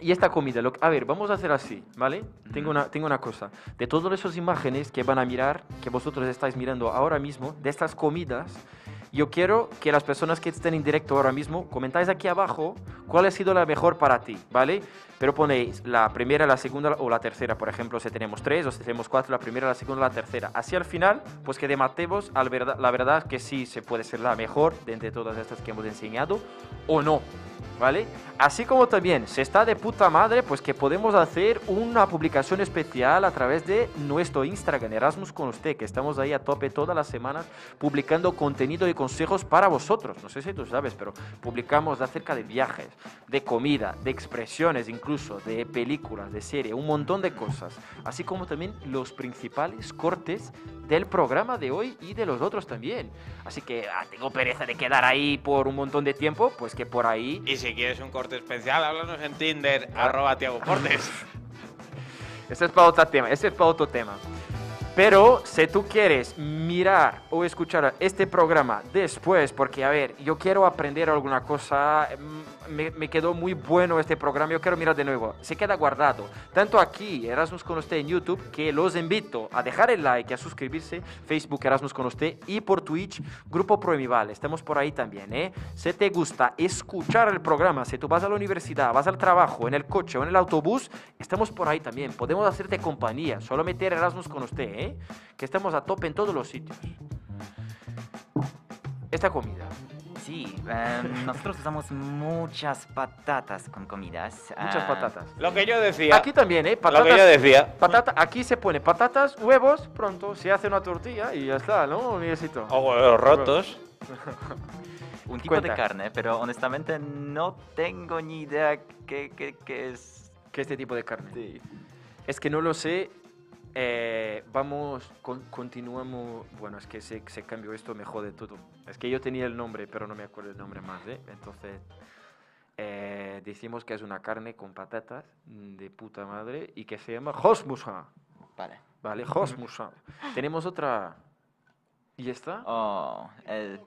Speaker 1: y esta comida, lo, a ver, vamos a hacer así, ¿vale? Tengo, una, tengo una cosa. De todas esas imágenes que van a mirar, que vosotros estáis mirando ahora mismo, de estas comidas, yo quiero que las personas que estén en directo ahora mismo comentáis aquí abajo cuál ha sido la mejor para ti, ¿vale? Pero ponéis la primera, la segunda o la tercera, por ejemplo, si tenemos tres o si tenemos cuatro, la primera, la segunda, la tercera. Así al final, pues que dematemos al verdad, la verdad que sí se puede ser la mejor de entre todas estas que hemos enseñado o no, ¿vale? Así como también, se está de puta madre, pues que podemos hacer una publicación especial a través de nuestro Instagram, Erasmus con usted, que estamos ahí a tope todas las semanas publicando contenido y consejos para vosotros. No sé si tú sabes, pero publicamos acerca de viajes, de comida, de expresiones incluso, de películas, de serie, un montón de cosas. Así como también los principales cortes del programa de hoy y de los otros también. Así que ah, tengo pereza de quedar ahí por un montón de tiempo, pues que por ahí
Speaker 2: Y si quieres un corte especial, háblanos en Tinder,
Speaker 1: Ah.
Speaker 2: arroba Tiago Portes.
Speaker 1: Ese Este es para otro tema, ese es para otro tema. Pero si tú quieres mirar o escuchar este programa después, porque a ver, yo quiero aprender alguna cosa, mm, me, me quedó muy bueno este programa, yo quiero mirar de nuevo, se queda guardado. Tanto aquí, Erasmus con usted en YouTube, que los invito a dejar el like, a suscribirse, Facebook Erasmus con usted y por Twitch, Grupo Proemival, estamos por ahí también, ¿eh? Si te gusta escuchar el programa, si tú vas a la universidad, vas al trabajo, en el coche o en el autobús, estamos por ahí también. Podemos hacerte compañía, solo meter Erasmus con usted, ¿eh? Que estamos a tope en todos los sitios. Esta comida.
Speaker 3: Sí, em, [LAUGHS] nosotros usamos muchas patatas con comidas.
Speaker 1: Muchas
Speaker 3: em,
Speaker 1: patatas.
Speaker 2: Ah. Lo que yo decía.
Speaker 1: Aquí también, ¿eh?
Speaker 2: lo que yo
Speaker 1: Patatas.
Speaker 2: decía.
Speaker 1: Patata, aquí se pone patatas, huevos, pronto, se hace una tortilla y ya está, ¿no? Un necesito.
Speaker 2: O huevos rotos.
Speaker 3: Un tipo
Speaker 1: Cuenta.
Speaker 3: de carne, pero honestamente no tengo ni idea qué, qué- qué es.
Speaker 1: que este tipo de carne. Es que no lo sé. eh, vamos, con- continuamos. Bueno, es que se, se cambió esto, me jode todo. Es que yo tenía el nombre, pero no me acuerdo el nombre más, ¿eh? Entonces, eh, decimos que es una carne con patatas mm, de puta madre y que se llama Hosmusa.
Speaker 3: Vale. [LAUGHS]
Speaker 1: ¿Vale? Hosmusa. Tenemos otra. ¿Y esta?
Speaker 3: Oh, el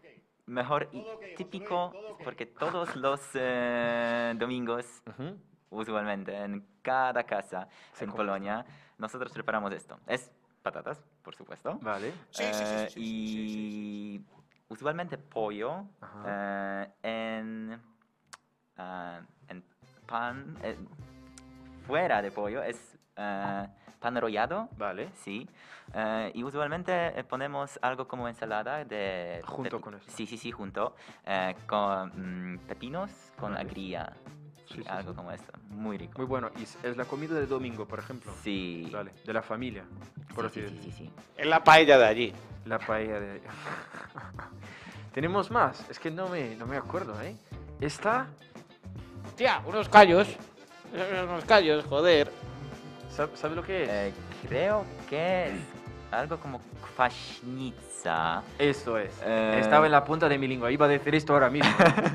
Speaker 3: mejor y típico, porque todos los eh, domingos,
Speaker 1: Ujú.
Speaker 3: usualmente en cada casa
Speaker 1: Se
Speaker 3: en
Speaker 1: come.
Speaker 3: Polonia, nosotros preparamos esto. Es patatas, por supuesto.
Speaker 1: Vale.
Speaker 3: eh, y usualmente pollo eh, en, ah, en pan, eh, fuera de pollo, es eh, pan rollado,
Speaker 1: Vale.
Speaker 3: sí. eh, y usualmente eh, ponemos algo como ensalada de...
Speaker 1: Junto
Speaker 3: pepi-
Speaker 1: con esto.
Speaker 3: Sí, sí, sí, junto. eh, con mm, pepinos con
Speaker 1: Vale.
Speaker 3: agria.
Speaker 1: Sí,
Speaker 3: Sí,
Speaker 1: sí,
Speaker 3: algo
Speaker 1: sí.
Speaker 3: como esto. Muy rico.
Speaker 1: Muy bueno. Y es es la comida de domingo, por ejemplo.
Speaker 3: Sí.
Speaker 1: Vale. De la familia. Por
Speaker 3: sí,
Speaker 1: así
Speaker 3: sí,
Speaker 1: decir.
Speaker 3: sí, sí.
Speaker 2: Es la paella de allí.
Speaker 1: La paella de... [LAUGHS] Tenemos más, es que no me, no me acuerdo, ¿eh? Esta,
Speaker 2: Tía, unos callos. Unos callos, joder.
Speaker 1: ¿sabe, sabe lo que es?
Speaker 3: Eh, creo que es algo como kwasnica.
Speaker 1: Esto es.
Speaker 3: eh.
Speaker 1: Estaba en la punta de mi lengua, iba a decir esto ahora
Speaker 3: [LAUGHS]
Speaker 1: mismo.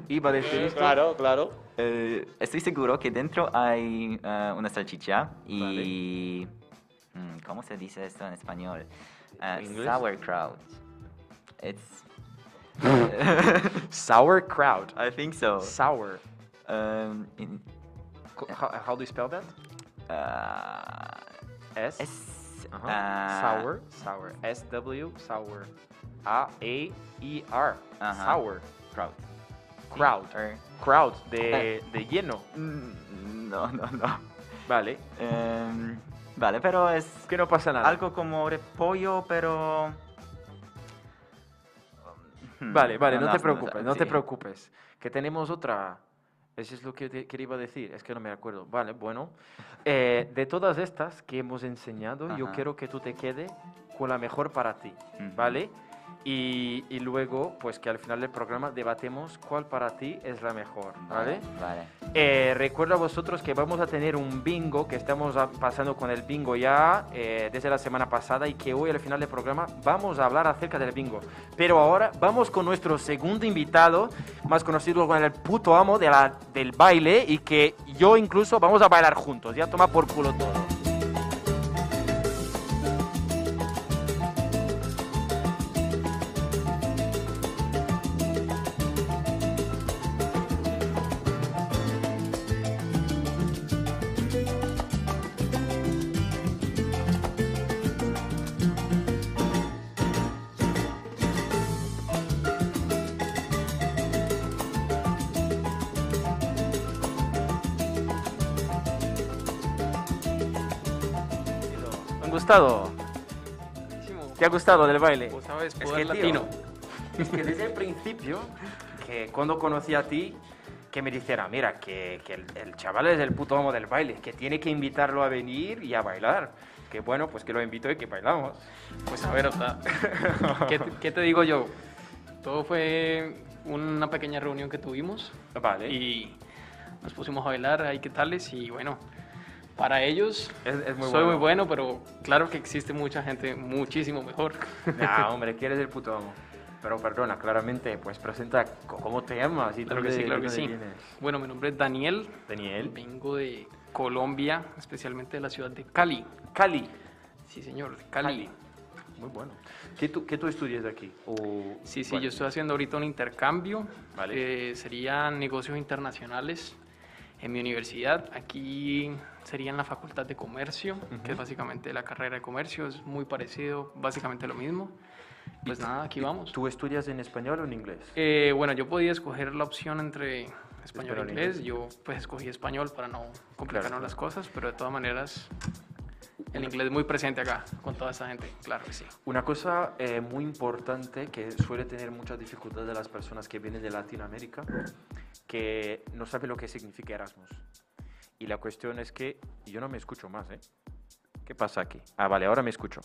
Speaker 1: iba a decir esto.
Speaker 2: Claro, claro.
Speaker 3: Eh, estoy seguro que dentro hay eh, una salchicha y... Mm, ¿Cómo se dice esto en español? Eh,
Speaker 1: ¿En inglés?
Speaker 3: sauerkraut. It's...
Speaker 1: Sauerkraut.
Speaker 3: I think so.
Speaker 1: Sour.
Speaker 3: Um, in-
Speaker 1: Co- How, how do you spell that?
Speaker 3: ah,
Speaker 1: S.
Speaker 3: es...
Speaker 1: Ajá.
Speaker 3: ah,
Speaker 1: sour. Sour. S W. Sour. A A E R.
Speaker 3: Ajá.
Speaker 1: Sour.
Speaker 3: Kraut. sí,
Speaker 1: Kraut.
Speaker 3: or-
Speaker 1: Kraut de, de lleno.
Speaker 3: Mm, No, no, no.
Speaker 1: Vale.
Speaker 3: Em, vale, pero es
Speaker 1: Que no pasa nada.
Speaker 3: algo como repollo, pero... um, Hmm,
Speaker 1: Vale, vale, no te
Speaker 3: sé,
Speaker 1: preocupes, no te
Speaker 3: sí.
Speaker 1: preocupes. Que tenemos otra. Eso es lo que, te- que iba a decir, es que no me acuerdo. Vale,
Speaker 3: [LAUGHS]
Speaker 1: bueno. Eh, de todas estas que hemos enseñado, yo
Speaker 3: Ajá.
Speaker 1: quiero que tú te quedes con la mejor para ti,
Speaker 3: Ujú.
Speaker 1: ¿vale? Y, y luego, pues que al final del programa debatemos cuál para ti es la mejor, ¿vale?
Speaker 3: Vale.
Speaker 1: Eh, recuerdo a vosotros que vamos a tener un bingo, que estamos a- pasando con el bingo ya eh, desde la semana pasada y que hoy al final del programa vamos a hablar acerca del bingo. Pero ahora vamos con nuestro segundo invitado, más conocido como el puto amo de la- del baile y que yo incluso vamos a bailar juntos, ya toma por culo todo. ¿Te ha gustado? ¿Te ha gustado del baile?
Speaker 6: Pues, sabes,
Speaker 1: Es que, tío, es que desde el principio, que cuando conocí a ti, que me dijera, mira, que, que el, el chaval es el puto amo del baile, que tiene que invitarlo a venir y a bailar. Que bueno, pues que lo invito y que bailamos.
Speaker 6: Pues a ver,
Speaker 1: [LAUGHS]
Speaker 6: o sea, ¿qué, te- qué te digo yo? Todo fue una pequeña reunión que tuvimos
Speaker 1: Vale.
Speaker 6: y nos pusimos a bailar, hay que tales, y bueno, para ellos
Speaker 1: es, es muy
Speaker 6: soy
Speaker 1: bueno.
Speaker 6: muy bueno, pero claro que existe mucha gente muchísimo mejor. [LAUGHS]
Speaker 1: Nah, hombre, que eres el puto amo. Pero perdona, claramente, pues presenta c- cómo te llamas y
Speaker 6: Claro que
Speaker 1: dónde-
Speaker 6: sí, claro que
Speaker 1: dónde
Speaker 6: sí.
Speaker 1: vienes.
Speaker 6: Bueno, mi nombre es Daniel,
Speaker 1: Daniel.
Speaker 6: vengo de Colombia, especialmente de la ciudad de Cali.
Speaker 1: Cali.
Speaker 6: Sí, señor, de Cali.
Speaker 1: Cali. Muy bueno. ¿Qué tú, qué tú estudias de aquí? O-
Speaker 6: Sí, sí,
Speaker 1: bueno,
Speaker 6: yo estoy haciendo ahorita un intercambio,
Speaker 1: Vale.
Speaker 6: que serían negocios internacionales en mi universidad. Aquí sería en la Facultad de Comercio, que es básicamente la carrera de comercio, es muy parecido, básicamente lo mismo. Pues nada, aquí vamos.
Speaker 1: ¿Tú estudias en español o en inglés?
Speaker 6: Eh, bueno, yo podía escoger la opción entre español e
Speaker 1: Español e
Speaker 6: inglés,
Speaker 1: inglés.
Speaker 6: yo pues escogí español para no complicarnos
Speaker 1: Claro.
Speaker 6: las cosas, pero de todas maneras el inglés muy presente acá con toda esa gente, claro que sí.
Speaker 1: Una cosa eh, muy importante que suele tener mucha dificultad de las personas que vienen de Latinoamérica, que no sabe lo que significa Erasmus. Y la cuestión es que yo no me escucho más, ¿eh? ¿Qué pasa aquí? Ah, vale, ahora me escucho.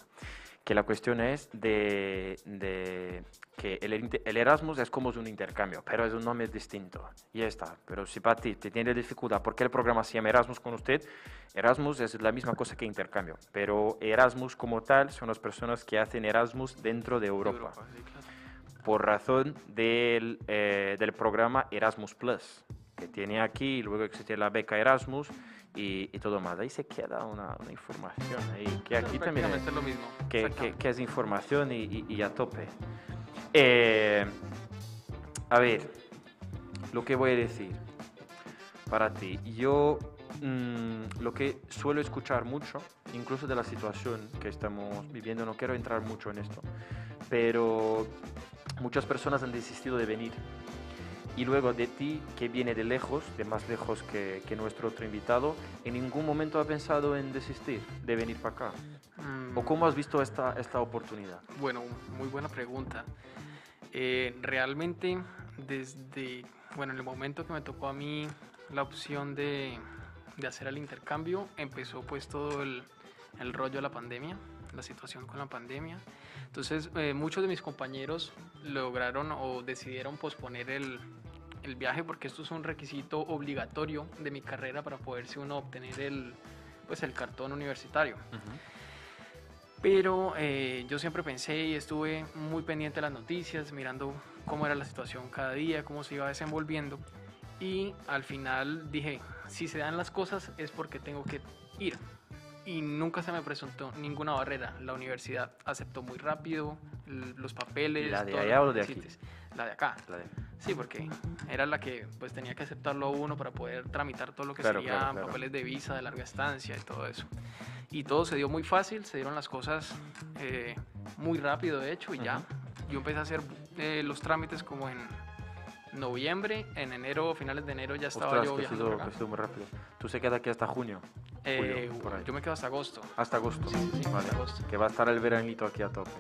Speaker 1: Que la cuestión es de, de que el, inter- el Erasmus es como un intercambio, pero es un nombre distinto. Y ya está. Pero si para ti te tiene dificultad, ¿por qué el programa se llama Erasmus con usted? Erasmus es la misma cosa que intercambio, pero Erasmus como tal son las personas que hacen Erasmus dentro de Europa,
Speaker 6: sí, claro.
Speaker 1: por razón del, eh, del programa Erasmus Plus, que tiene aquí, y luego existe la beca Erasmus y, y todo más. Ahí se queda una, una información ahí, que
Speaker 6: Pero
Speaker 1: aquí también
Speaker 6: prácticamente es lo mismo.
Speaker 1: que, que-
Speaker 6: exactamente.
Speaker 1: que es información y, y- y a tope. Eh, a ver, lo que voy a decir para ti. Yo mm, lo que suelo escuchar mucho, incluso de la situación que estamos viviendo, no quiero entrar mucho en esto, pero muchas personas han desistido de venir. Y luego de ti, que viene de lejos, de más lejos que, que nuestro otro invitado, ¿en ningún momento ha pensado en desistir de venir para acá?
Speaker 6: Mm.
Speaker 1: ¿O cómo has visto esta, esta oportunidad?
Speaker 6: Bueno, muy buena pregunta. Eh, realmente, desde, bueno, en el momento que me tocó a mí la opción de, de hacer el intercambio, empezó pues todo el, el rollo de la pandemia, la situación con la pandemia. Entonces, eh, muchos de mis compañeros lograron o decidieron posponer el, el viaje porque esto es un requisito obligatorio de mi carrera para poderse uno obtener el, pues, el cartón universitario. Pero eh, yo siempre pensé y estuve muy pendiente de las noticias, mirando cómo era la situación cada día, cómo se iba desenvolviendo. Y al final dije, si se dan las cosas es porque tengo que ir. Y nunca se me presentó ninguna barrera. La universidad aceptó muy rápido l- los papeles.
Speaker 1: ¿La de
Speaker 6: todos los
Speaker 1: allá o de aquí?
Speaker 6: requisitos. La de acá.
Speaker 1: La de-
Speaker 6: Sí, porque era la que pues tenía que aceptarlo uno para poder tramitar todo lo que
Speaker 1: Claro,
Speaker 6: serían
Speaker 1: claro, claro.
Speaker 6: papeles de visa, de larga estancia y todo eso. Y todo se dio muy fácil, se dieron las cosas eh, muy rápido de hecho y ya. Yo empecé a hacer eh, los trámites como en noviembre, en enero, finales de enero ya estaba
Speaker 1: Ostras,
Speaker 6: yo
Speaker 1: que ha
Speaker 6: viajando.
Speaker 1: sido,
Speaker 6: por
Speaker 1: que ha
Speaker 6: acá.
Speaker 1: sido muy rápido. Tú se quedas aquí hasta junio,
Speaker 6: Eh,
Speaker 1: julio, por ahí.
Speaker 6: yo me quedo hasta agosto.
Speaker 1: hasta agosto.
Speaker 6: Sí, sí, sí, hasta
Speaker 1: Vale,
Speaker 6: agosto.
Speaker 1: Que va a estar el veranito aquí a tope.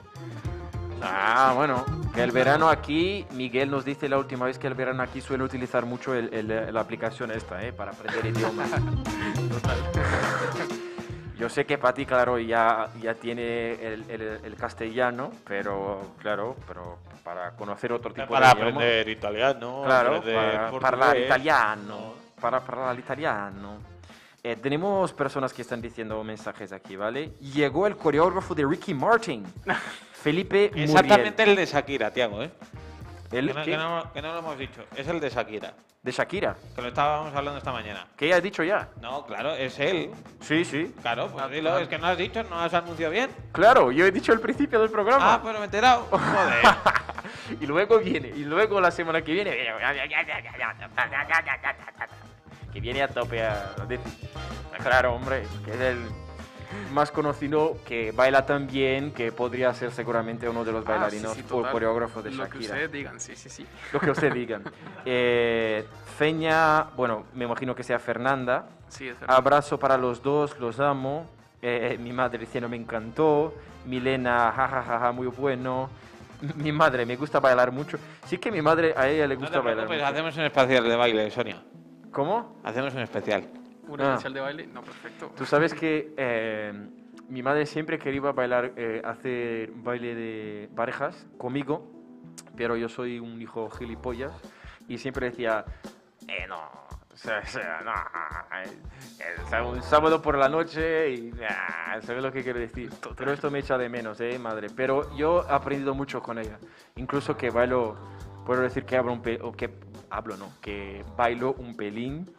Speaker 1: Ah, bueno, que el verano aquí, Miguel nos dice la última vez que el verano aquí suele utilizar mucho
Speaker 6: [LAUGHS]
Speaker 1: el- el- la aplicación esta, ¿eh? Para aprender idiomas. Total. Yo sé que para ti, claro, ya, ya tiene el, el- el castellano, pero claro, pero para conocer otro tipo
Speaker 5: Para
Speaker 1: de idioma.
Speaker 5: aprender italiano,
Speaker 1: Claro,
Speaker 5: aprender
Speaker 1: para
Speaker 5: portugués.
Speaker 1: hablar italiano. Para hablar italiano. Eh, tenemos personas que están diciendo mensajes aquí, ¿vale? Llegó el coreógrafo de Ricky
Speaker 2: [LAUGHS]
Speaker 1: Martin, Felipe Muriel.
Speaker 2: Exactamente el de Shakira, Tiago, ¿eh?
Speaker 1: ¿El
Speaker 2: que, no,
Speaker 1: qué?
Speaker 2: que no- que no lo hemos dicho. Es el de Shakira,
Speaker 1: De Shakira.
Speaker 2: que lo estábamos hablando esta mañana.
Speaker 1: ¿Qué has dicho ya?
Speaker 2: No, claro, es él.
Speaker 1: Sí, sí.
Speaker 2: Claro, pues dilo, es que no has dicho, no has anunciado bien.
Speaker 1: Claro, yo he dicho al principio del programa.
Speaker 2: Ah, pero me he enterado. [LAUGHS] Joder.
Speaker 1: Y luego viene, y luego la semana que viene. Que viene a tope a decir. Claro, hombre, que es el más conocido, que baila tan bien, que podría ser seguramente uno de los bailarinos o
Speaker 6: Ah, total.
Speaker 1: coreógrafos de
Speaker 6: Lo que
Speaker 1: Shakira.
Speaker 6: ustedes digan, sí, sí, sí.
Speaker 1: Lo que usted
Speaker 6: [LAUGHS]
Speaker 1: digan. Eh, Feña, bueno, me imagino que sea Fernanda.
Speaker 6: Sí, es verdad.
Speaker 1: Abrazo para los dos, los amo. Eh, mi madre diciendo me encantó. Milena, jajajaja, muy bueno. [LAUGHS] Mi madre, me gusta bailar mucho. Sí que mi madre, a ella le
Speaker 2: No
Speaker 1: gusta
Speaker 2: te
Speaker 1: bailar
Speaker 2: preocupes,
Speaker 1: mucho.
Speaker 2: hacemos un especial de baile, Sonia.
Speaker 1: ¿Cómo?
Speaker 2: Hacemos un especial.
Speaker 6: ¿Un
Speaker 1: Ah.
Speaker 6: especial de baile? No, perfecto.
Speaker 1: Tú sabes que eh, mi madre siempre quería bailar, eh, hacer baile de parejas conmigo, pero yo soy un hijo gilipollas y siempre decía, eh, no, o sea, o sea, no, eh, eh, sá- un sábado por la noche y, ah, ¿sabes lo que quiero decir? Pero esto me echa de menos, eh, madre. Pero yo he aprendido mucho con ella, incluso que bailo, puedo decir que hablo un pe- o que hablo, no, que bailo un pelín.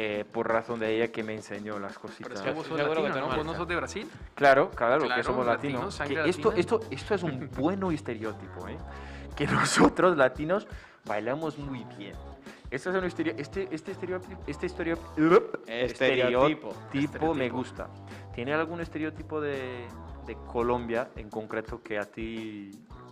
Speaker 1: eh, por razón de ella que me enseñó las
Speaker 6: Pero
Speaker 1: cositas.
Speaker 6: es que vos sos
Speaker 2: Seguro que
Speaker 6: latino,
Speaker 2: te
Speaker 6: ¿no? Vos
Speaker 2: marca.
Speaker 6: no sos de Brasil.
Speaker 1: Claro, claro, que
Speaker 6: Claro,
Speaker 1: somos latinos.
Speaker 6: latinos, sangre
Speaker 1: que esto,
Speaker 6: latina.
Speaker 1: esto, esto es un bueno estereotipo, ¿eh? Que [LAUGHS] nosotros latinos bailamos muy bien. Esto es un estereo- este, este estereotipo, este estereo-
Speaker 2: Estereotipo.
Speaker 1: estereotipo me gusta. ¿Tiene algún estereotipo de, de Colombia en concreto que a ti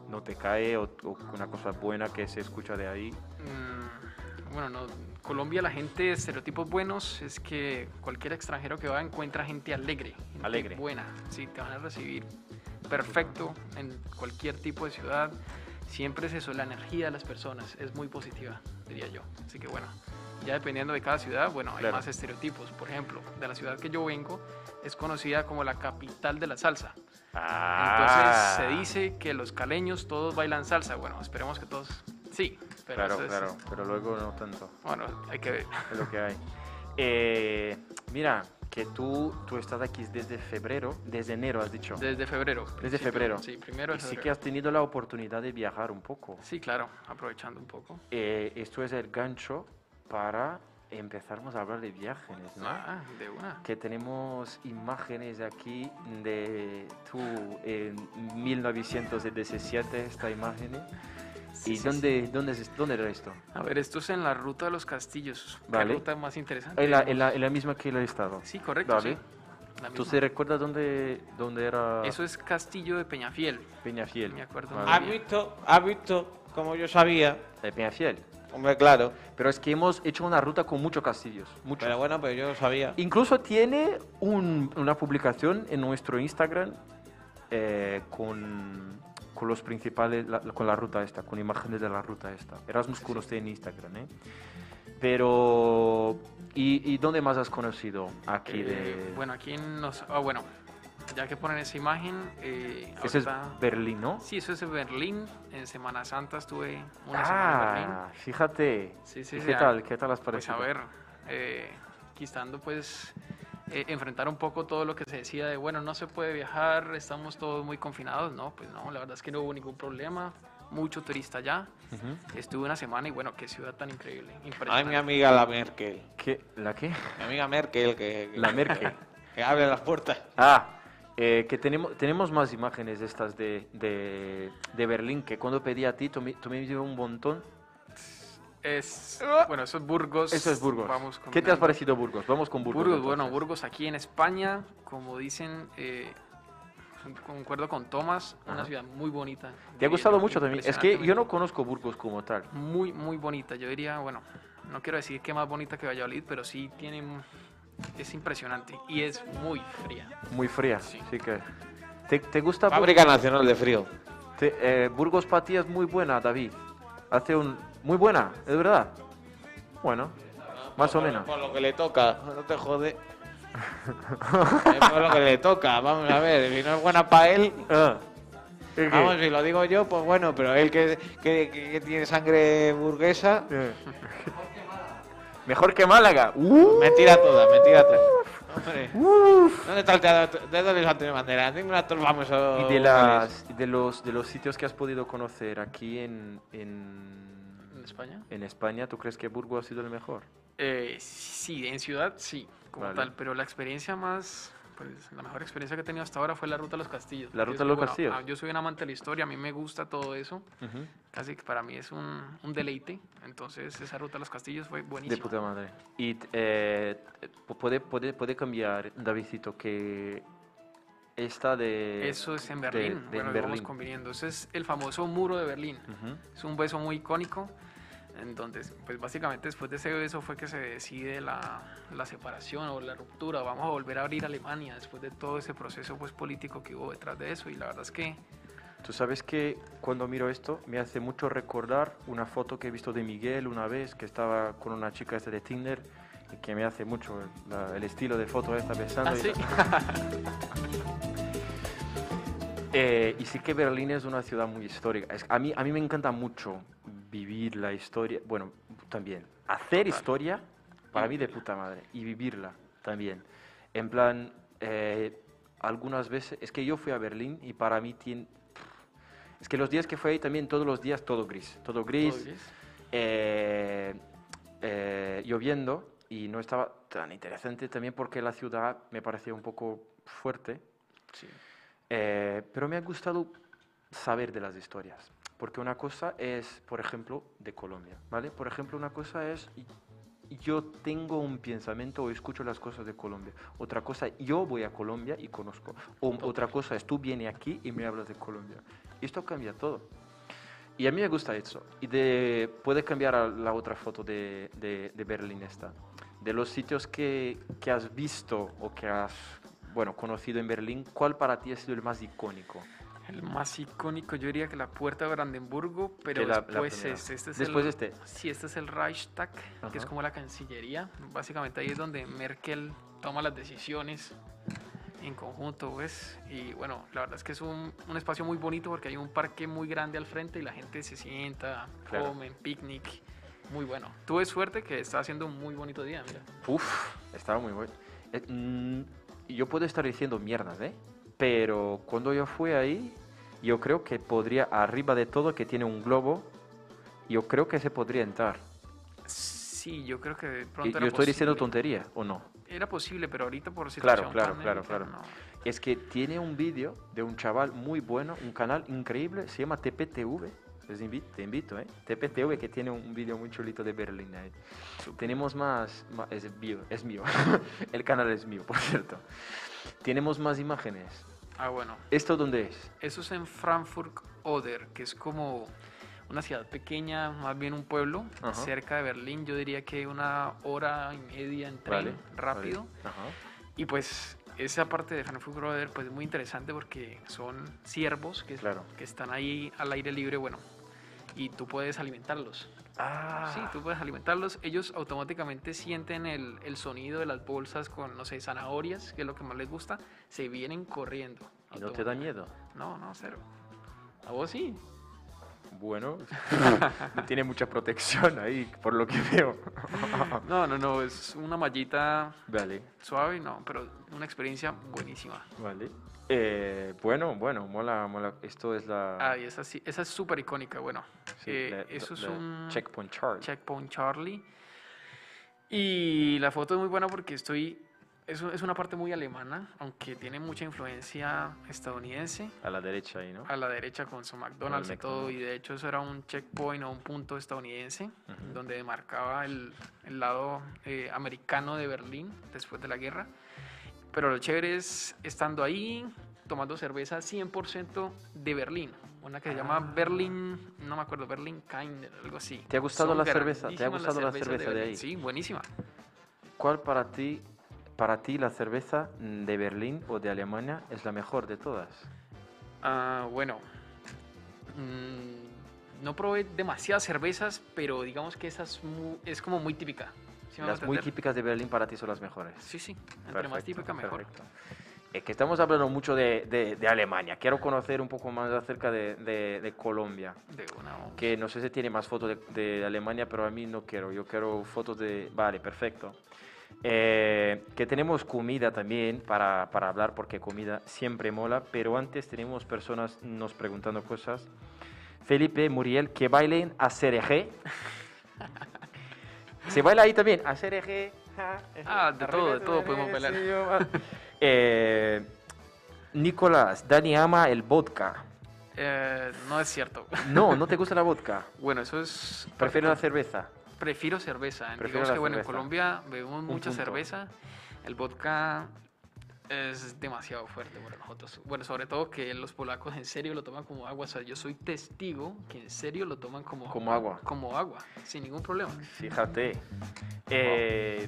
Speaker 1: no te cae o, o una cosa buena que se escucha de ahí?
Speaker 6: Mm, Bueno, no. Colombia, la gente, estereotipos buenos es que cualquier extranjero que va encuentra gente alegre, gente
Speaker 1: Alegre.
Speaker 6: buena. Sí, te van a recibir perfecto en cualquier tipo de ciudad. Siempre es eso, la energía de las personas es muy positiva, diría yo. Así que bueno, ya dependiendo de cada ciudad, bueno, hay
Speaker 1: Claro.
Speaker 6: más estereotipos. Por ejemplo, de la ciudad que yo vengo es conocida como la capital de la salsa.
Speaker 1: Ah.
Speaker 6: Entonces se dice que los caleños todos bailan salsa. Bueno, esperemos que todos sí. Pero
Speaker 1: Claro,
Speaker 6: eso es-
Speaker 1: claro, pero luego no tanto.
Speaker 6: bueno, hay que ver.
Speaker 1: es lo que hay. Eh, mira, que tú, tú estás aquí desde febrero, desde enero has dicho.
Speaker 6: Desde febrero. principio.
Speaker 1: febrero.
Speaker 6: Sí, primero de
Speaker 1: y sí
Speaker 6: febrero.
Speaker 1: que has tenido la oportunidad de viajar un poco.
Speaker 6: Sí, claro, aprovechando un poco.
Speaker 1: Eh, esto es el gancho para empezarmos a hablar de viajes, ¿no?
Speaker 6: Ah, de una.
Speaker 1: Que tenemos imágenes aquí de tú en 1977, esta imagen.
Speaker 6: Sí,
Speaker 1: ¿Y
Speaker 6: sí,
Speaker 1: dónde, dónde, es- dónde era esto?
Speaker 6: sí. A ver, esto es en la ruta de los castillos. ¿Qué
Speaker 1: Vale.
Speaker 6: ruta más interesante?
Speaker 1: En la, en
Speaker 6: digamos?
Speaker 1: la- en la misma que el estado.
Speaker 6: Sí, correcto.
Speaker 1: Vale.
Speaker 6: sí. La
Speaker 1: ¿Tú
Speaker 6: misma.
Speaker 1: te recuerdas dónde, dónde era
Speaker 6: Eso es Castillo de Peñafiel.
Speaker 1: Peñafiel?
Speaker 6: Me acuerdo
Speaker 1: Vale.
Speaker 6: muy
Speaker 2: ¿Has
Speaker 6: bien.
Speaker 2: visto? ¿Has visto? Como yo sabía.
Speaker 1: de Peñafiel.
Speaker 2: Hombre, claro.
Speaker 1: Pero es que hemos hecho una ruta con muchos castillos, muchos.
Speaker 2: Pero bueno, pero yo lo sabía.
Speaker 1: Incluso tiene un- una publicación en nuestro Instagram eh, con, con los principales, la- con la ruta esta, con imágenes de la ruta esta. Erasmus conoce en Instagram, ¿eh? Pero, ¿y, y dónde más has conocido aquí de...?
Speaker 6: Eh, bueno, aquí nos. Ah, bueno, ya que ponen esa imagen. Eh,
Speaker 1: ese es
Speaker 6: ahorita-
Speaker 1: Berlín, ¿no?
Speaker 6: Sí, eso es en Berlín. En Semana Santa estuve una semana en Berlín.
Speaker 1: ah, fíjate.
Speaker 6: Sí,
Speaker 1: ¿Y
Speaker 6: sí,
Speaker 1: ¿Qué
Speaker 6: sí,
Speaker 1: tal?
Speaker 6: ah,
Speaker 1: ¿Qué tal has
Speaker 6: Pues
Speaker 1: parecido?
Speaker 6: a ver, eh, quitando pues eh, enfrentar un poco todo lo que se decía de, bueno, no se puede viajar, estamos todos muy confinados, no, pues no, la verdad es que no hubo ningún problema, mucho turista allá,
Speaker 1: Ujú.
Speaker 6: estuve una semana y bueno, qué ciudad tan increíble,
Speaker 2: Ay, mi
Speaker 6: impresionante.
Speaker 2: amiga la Merkel.
Speaker 1: ¿Qué- ¿La
Speaker 6: [LAUGHS]
Speaker 1: qué?
Speaker 2: Mi amiga Merkel, que, que-
Speaker 1: La Merkel.
Speaker 2: que abre las puertas.
Speaker 1: Ah, eh, que tenemos, tenemos más imágenes de estas de, de, de Berlín, que cuando pedí a ti, tú me, tú me dio un montón.
Speaker 6: Es, bueno, eso es Burgos.
Speaker 1: Eso es Burgos.
Speaker 6: Vamos
Speaker 1: ¿Qué te has
Speaker 6: caminando.
Speaker 1: parecido Burgos? Vamos con Burgos.
Speaker 6: Burgos, bueno,
Speaker 1: entonces.
Speaker 6: Burgos aquí en España, como dicen, eh, concuerdo con Tomás, una
Speaker 1: Ajá.
Speaker 6: ciudad muy bonita.
Speaker 1: ¿Te ha gustado
Speaker 6: Bello,
Speaker 1: mucho también? Es que yo
Speaker 6: impresionantemente
Speaker 1: no conozco Burgos como tal.
Speaker 6: muy, muy bonita. Yo diría, bueno, no quiero decir que más bonita que Valladolid, pero sí tiene. un- Es impresionante y es muy fría.
Speaker 1: Muy fría, sí,
Speaker 6: Sí.
Speaker 1: que... ¿Te, te gusta Burgos?
Speaker 2: Fábrica Nacional de Frío.
Speaker 1: Te- eh, Burgos para ti es muy buena, David. Hace un... Muy buena, es verdad. Bueno, más o menos. [LAUGHS]
Speaker 2: Por lo que le toca, no te jode. Es por lo que le toca. Vamos a ver, si no es buena para él,
Speaker 5: Ah. ¿Y qué?
Speaker 2: vamos, si lo digo yo, pues bueno, pero él que, que- que- que tiene sangre burguesa,
Speaker 5: Eh.
Speaker 1: [LAUGHS] Mejor que Málaga. ¡Uh!
Speaker 2: mentira toda, mentira toda.
Speaker 1: [LAUGHS]
Speaker 2: Hombre, ¿dónde está el teatro? ¿De dónde es Antonio Banderas? Dime un actor famoso.
Speaker 1: Y de,
Speaker 2: las
Speaker 1: las, de, los, de los sitios que has podido conocer aquí en, en,
Speaker 6: ¿En España?
Speaker 1: en España, ¿tú crees que Burgos ha sido el mejor?
Speaker 6: Eh, sí, en ciudad sí, como
Speaker 1: Vale.
Speaker 6: tal, pero la experiencia más, pues la mejor experiencia que he tenido hasta ahora fue la Ruta a los Castillos.
Speaker 1: La
Speaker 6: porque
Speaker 1: Ruta a
Speaker 6: soy-
Speaker 1: los
Speaker 6: bueno,
Speaker 1: Castillos.
Speaker 6: ah, Yo soy un amante de la historia, a mí me gusta todo eso, casi que para mí es un, un deleite, entonces esa Ruta a los Castillos fue
Speaker 1: De
Speaker 6: buenísima.
Speaker 1: puta madre. Y eh, pu- puede, puede, puede cambiar, Davidcito, que esta de...
Speaker 6: Eso es en
Speaker 1: de-
Speaker 6: Berlín,
Speaker 1: de
Speaker 6: bueno, ahí vamos
Speaker 1: Berlín.
Speaker 6: conviniendo. Ese es el famoso muro de Berlín.
Speaker 1: Ujú.
Speaker 6: Es un beso muy icónico. Entonces, pues básicamente después de ese beso fue que se decide la, la separación o la ruptura. Vamos a volver a abrir Alemania después de todo ese proceso pues, político que hubo detrás de eso. Y la verdad es que
Speaker 1: Tú sabes que cuando miro esto me hace mucho recordar una foto que he visto de Miguel una vez que estaba con una chica esta de Tinder y que me hace mucho el, la- el estilo de foto esta besando. y-
Speaker 6: así.
Speaker 1: Eh, y sí que Berlín es una ciudad muy histórica. Es- a, mí, a mí me encanta mucho vivir la historia, bueno, también, hacer historia, para mí de puta madre, y vivirla también. En plan, eh, algunas veces, es que yo fui a Berlín y para mí tiene... Es que los días que fui ahí también, todos los días, todo gris. Todo gris, eh, eh, lloviendo y no estaba tan interesante también porque la ciudad me parecía un poco fuerte. Eh, pero me ha gustado saber de las historias, porque una cosa es, por ejemplo, de Colombia, ¿vale? Por ejemplo, una cosa es y- yo tengo un pensamiento o escucho las cosas de Colombia. Otra cosa, yo voy a Colombia y conozco. O, otra cosa es tú vienes aquí y me hablas de Colombia. Esto cambia todo. Y a mí me gusta eso. Y de, puede cambiar a la otra foto de, de, de Berlín esta. De los sitios que, que has visto o que has bueno, conocido en Berlín, ¿cuál para ti ha sido el más icónico?
Speaker 6: El más icónico, yo diría que la puerta de Brandenburgo, pero
Speaker 1: Que la- la
Speaker 6: después
Speaker 1: primera.
Speaker 6: este, este es
Speaker 1: Después
Speaker 6: el,
Speaker 1: este.
Speaker 6: Sí, este es el Reichstag, que es
Speaker 1: Ajá.
Speaker 6: como la Cancillería. Básicamente ahí es donde Merkel toma las decisiones en conjunto, ¿ves? Y bueno, la verdad es que es un, un espacio muy bonito porque hay un parque muy grande al frente y la gente se sienta,
Speaker 1: Claro.
Speaker 6: comen, picnic. Muy bueno. Tuve suerte que está haciendo un muy bonito día, mira.
Speaker 1: Uf, estaba muy bueno. Eh, mm, yo puedo estar diciendo mierdas, ¿eh? Pero cuando yo fui ahí, yo creo que podría, arriba de todo, que tiene un globo, yo creo que se podría entrar.
Speaker 6: Sí, yo creo que de
Speaker 1: Y-
Speaker 6: pronto
Speaker 1: Yo
Speaker 6: era
Speaker 1: estoy diciendo
Speaker 6: posible.
Speaker 1: tontería, ¿o no?
Speaker 6: Era posible, pero ahorita por
Speaker 1: Claro,
Speaker 6: situación
Speaker 1: claro, claro,
Speaker 6: pandémica,
Speaker 1: claro.
Speaker 6: no.
Speaker 1: Es que tiene un vídeo de un chaval muy bueno, un canal increíble, se llama TPTV. Les invi- te invito, ¿eh? TPTV que tiene un vídeo muy chulito de Berlín ahí. Tenemos más, ma- es mío, es mío. [LAUGHS] El canal es mío, por cierto. Tenemos más imágenes.
Speaker 6: Ah, bueno.
Speaker 1: ¿Esto dónde es?
Speaker 6: Eso es en Frankfurt Oder, que es como una ciudad pequeña, más bien un pueblo,
Speaker 1: Ajá.
Speaker 6: cerca de Berlín. Yo diría que una hora y media en tren,
Speaker 1: Vale,
Speaker 6: rápido.
Speaker 1: vale. Ajá.
Speaker 6: Y pues esa parte de Frankfurt Oder pues es muy interesante porque son ciervos que,
Speaker 1: Claro.
Speaker 6: que están ahí al aire libre, bueno, y tú puedes alimentarlos.
Speaker 1: Ah,
Speaker 6: Sí, tú puedes alimentarlos. Ellos automáticamente sienten el, el sonido de las bolsas con, no sé, zanahorias, que es lo que más les gusta, se vienen corriendo.
Speaker 1: ¿y no te da
Speaker 6: automáticamente.
Speaker 1: miedo?
Speaker 6: No, no, cero. ¿A vos sí?
Speaker 1: [LAUGHS] Bueno, no tiene mucha protección ahí, por lo que veo.
Speaker 6: No, no, no, es una mallita
Speaker 1: Vale.
Speaker 6: suave, no, pero una experiencia buenísima.
Speaker 1: Vale. Eh, bueno, bueno, mola, mola. Esto es la.
Speaker 6: Ah, y esa sí, esa es súper icónica, bueno.
Speaker 1: sí,
Speaker 6: eh,
Speaker 1: la-
Speaker 6: eso
Speaker 1: la-
Speaker 6: es
Speaker 1: la
Speaker 6: un
Speaker 1: Checkpoint chart.
Speaker 6: Checkpoint Charlie. Y la foto es muy buena porque estoy... Es, un- es una parte muy alemana, aunque tiene mucha influencia estadounidense.
Speaker 1: A la derecha ahí, ¿no?
Speaker 6: A la derecha con su McDonald's y todo, y
Speaker 1: McDonald's.
Speaker 6: de hecho eso era un checkpoint o un punto estadounidense, donde demarcaba el, el lado eh, americano de Berlín después de la guerra. Pero lo chévere es estando ahí, tomando cerveza 100% de Berlín, una que se llama Berlin, no me acuerdo, Berlin Kinder, algo así.
Speaker 1: Ah. ¿Te ha gustado
Speaker 6: Son
Speaker 1: la cerveza? ¿Te ha
Speaker 6: grandísimas las
Speaker 1: gustado la
Speaker 6: cervezas
Speaker 1: cerveza de
Speaker 6: Berlín.
Speaker 1: ahí?
Speaker 6: Sí, buenísima.
Speaker 1: ¿Cuál para ti, para ti la cerveza mm, de Berlín o de Alemania es la mejor de todas?
Speaker 6: Ah, bueno, mm, no probé demasiadas cervezas, pero digamos que esa es, mu- es como muy típica. ¿Sí me hago
Speaker 1: Las muy
Speaker 6: entender?
Speaker 1: típicas de Berlín para ti son las mejores.
Speaker 6: Sí, sí. Entre más
Speaker 1: Perfecto,
Speaker 6: típica, mejor.
Speaker 1: perfecto. Es que estamos hablando mucho de, de- de Alemania. Quiero conocer un poco más acerca de, de- de Colombia.
Speaker 6: De una vamos.
Speaker 1: Que no sé si tiene más fotos de, de Alemania, pero a mí no quiero. Yo quiero fotos de... Vale, perfecto. Eh, que tenemos comida también para, para hablar, porque comida siempre mola. Pero antes tenemos personas nos preguntando cosas. Felipe, Muriel, que bailen a CRG. Se baila ahí también, a CRG.
Speaker 6: Ah, de todo, de todo podemos bailar.
Speaker 1: Eh, Nicolás, Dani ama el vodka.
Speaker 6: Eh, no es cierto.
Speaker 1: No, no te gusta la vodka.
Speaker 6: Bueno, eso es.
Speaker 1: Prefiero la cerveza.
Speaker 6: Prefiero cerveza.
Speaker 1: Prefiero
Speaker 6: Digamos
Speaker 1: la
Speaker 6: que, bueno, en
Speaker 1: cerveza.
Speaker 6: Colombia bebemos mucha
Speaker 1: punto.
Speaker 6: cerveza. El vodka es demasiado fuerte para nosotros. Bueno, sobre todo que los polacos en serio lo toman como agua. O sea, yo soy testigo que en serio lo toman como,
Speaker 1: Como agua.
Speaker 6: Como agua, sin ningún problema.
Speaker 1: Fíjate. Eh,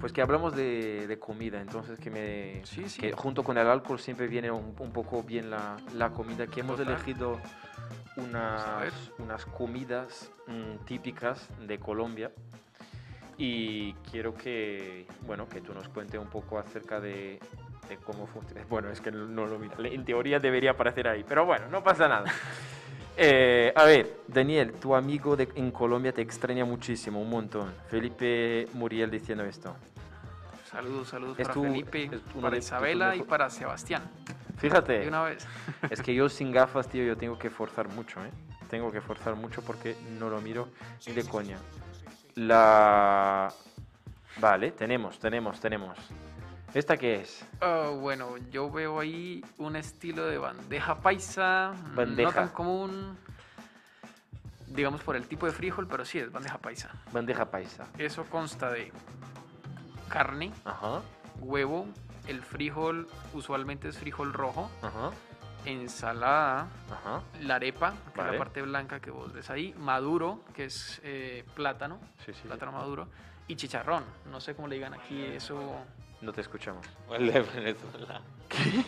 Speaker 1: pues que hablamos de, de comida, entonces que me
Speaker 6: Sí, sí.
Speaker 1: que junto con el alcohol siempre viene un, un poco bien la, la comida. Que hemos
Speaker 6: Total.
Speaker 1: elegido
Speaker 6: A ver.
Speaker 1: unas, unas comidas mm, típicas de Colombia. Y quiero que, bueno, que tú nos cuentes un poco acerca de, de cómo funciona. [LAUGHS] Bueno, es que no, no lo mira. En teoría debería aparecer ahí, pero bueno, no pasa
Speaker 6: [LAUGHS]
Speaker 1: nada. Eh, a ver, Daniel, tu amigo de- en Colombia te extraña muchísimo, un montón. Felipe Muriel diciendo esto.
Speaker 6: Saludos, saludos
Speaker 1: Es
Speaker 6: para
Speaker 1: tu-
Speaker 6: Felipe,
Speaker 1: es uno
Speaker 6: para
Speaker 1: de-
Speaker 6: Isabela
Speaker 1: tus
Speaker 6: y
Speaker 1: mejor-
Speaker 6: para Sebastián. De
Speaker 1: Fíjate,
Speaker 6: una vez.
Speaker 1: es que yo sin gafas, tío, yo tengo que forzar mucho, ¿eh? Tengo que forzar mucho porque no lo miro ni de coña. La... Vale, tenemos, tenemos, tenemos. ¿Esta qué es?
Speaker 6: Ah, bueno, yo veo ahí un estilo de bandeja paisa, mm,
Speaker 1: Bandeja.
Speaker 6: no tan común, digamos por el tipo de frijol, pero sí es bandeja paisa.
Speaker 1: Bandeja paisa.
Speaker 6: Eso consta de carne,
Speaker 1: Ajá,
Speaker 6: huevo, el frijol, usualmente es frijol rojo,
Speaker 1: ajá,
Speaker 6: ensalada,
Speaker 1: ajá.
Speaker 6: la arepa, que es
Speaker 1: Vale.
Speaker 6: la parte blanca que vos ves ahí, maduro, que es eh, plátano,
Speaker 1: Sí, sí.
Speaker 6: plátano maduro, y chicharrón. No sé cómo le digan aquí eso.
Speaker 1: No te escuchamos.
Speaker 2: O el de [LAUGHS] Venezuela.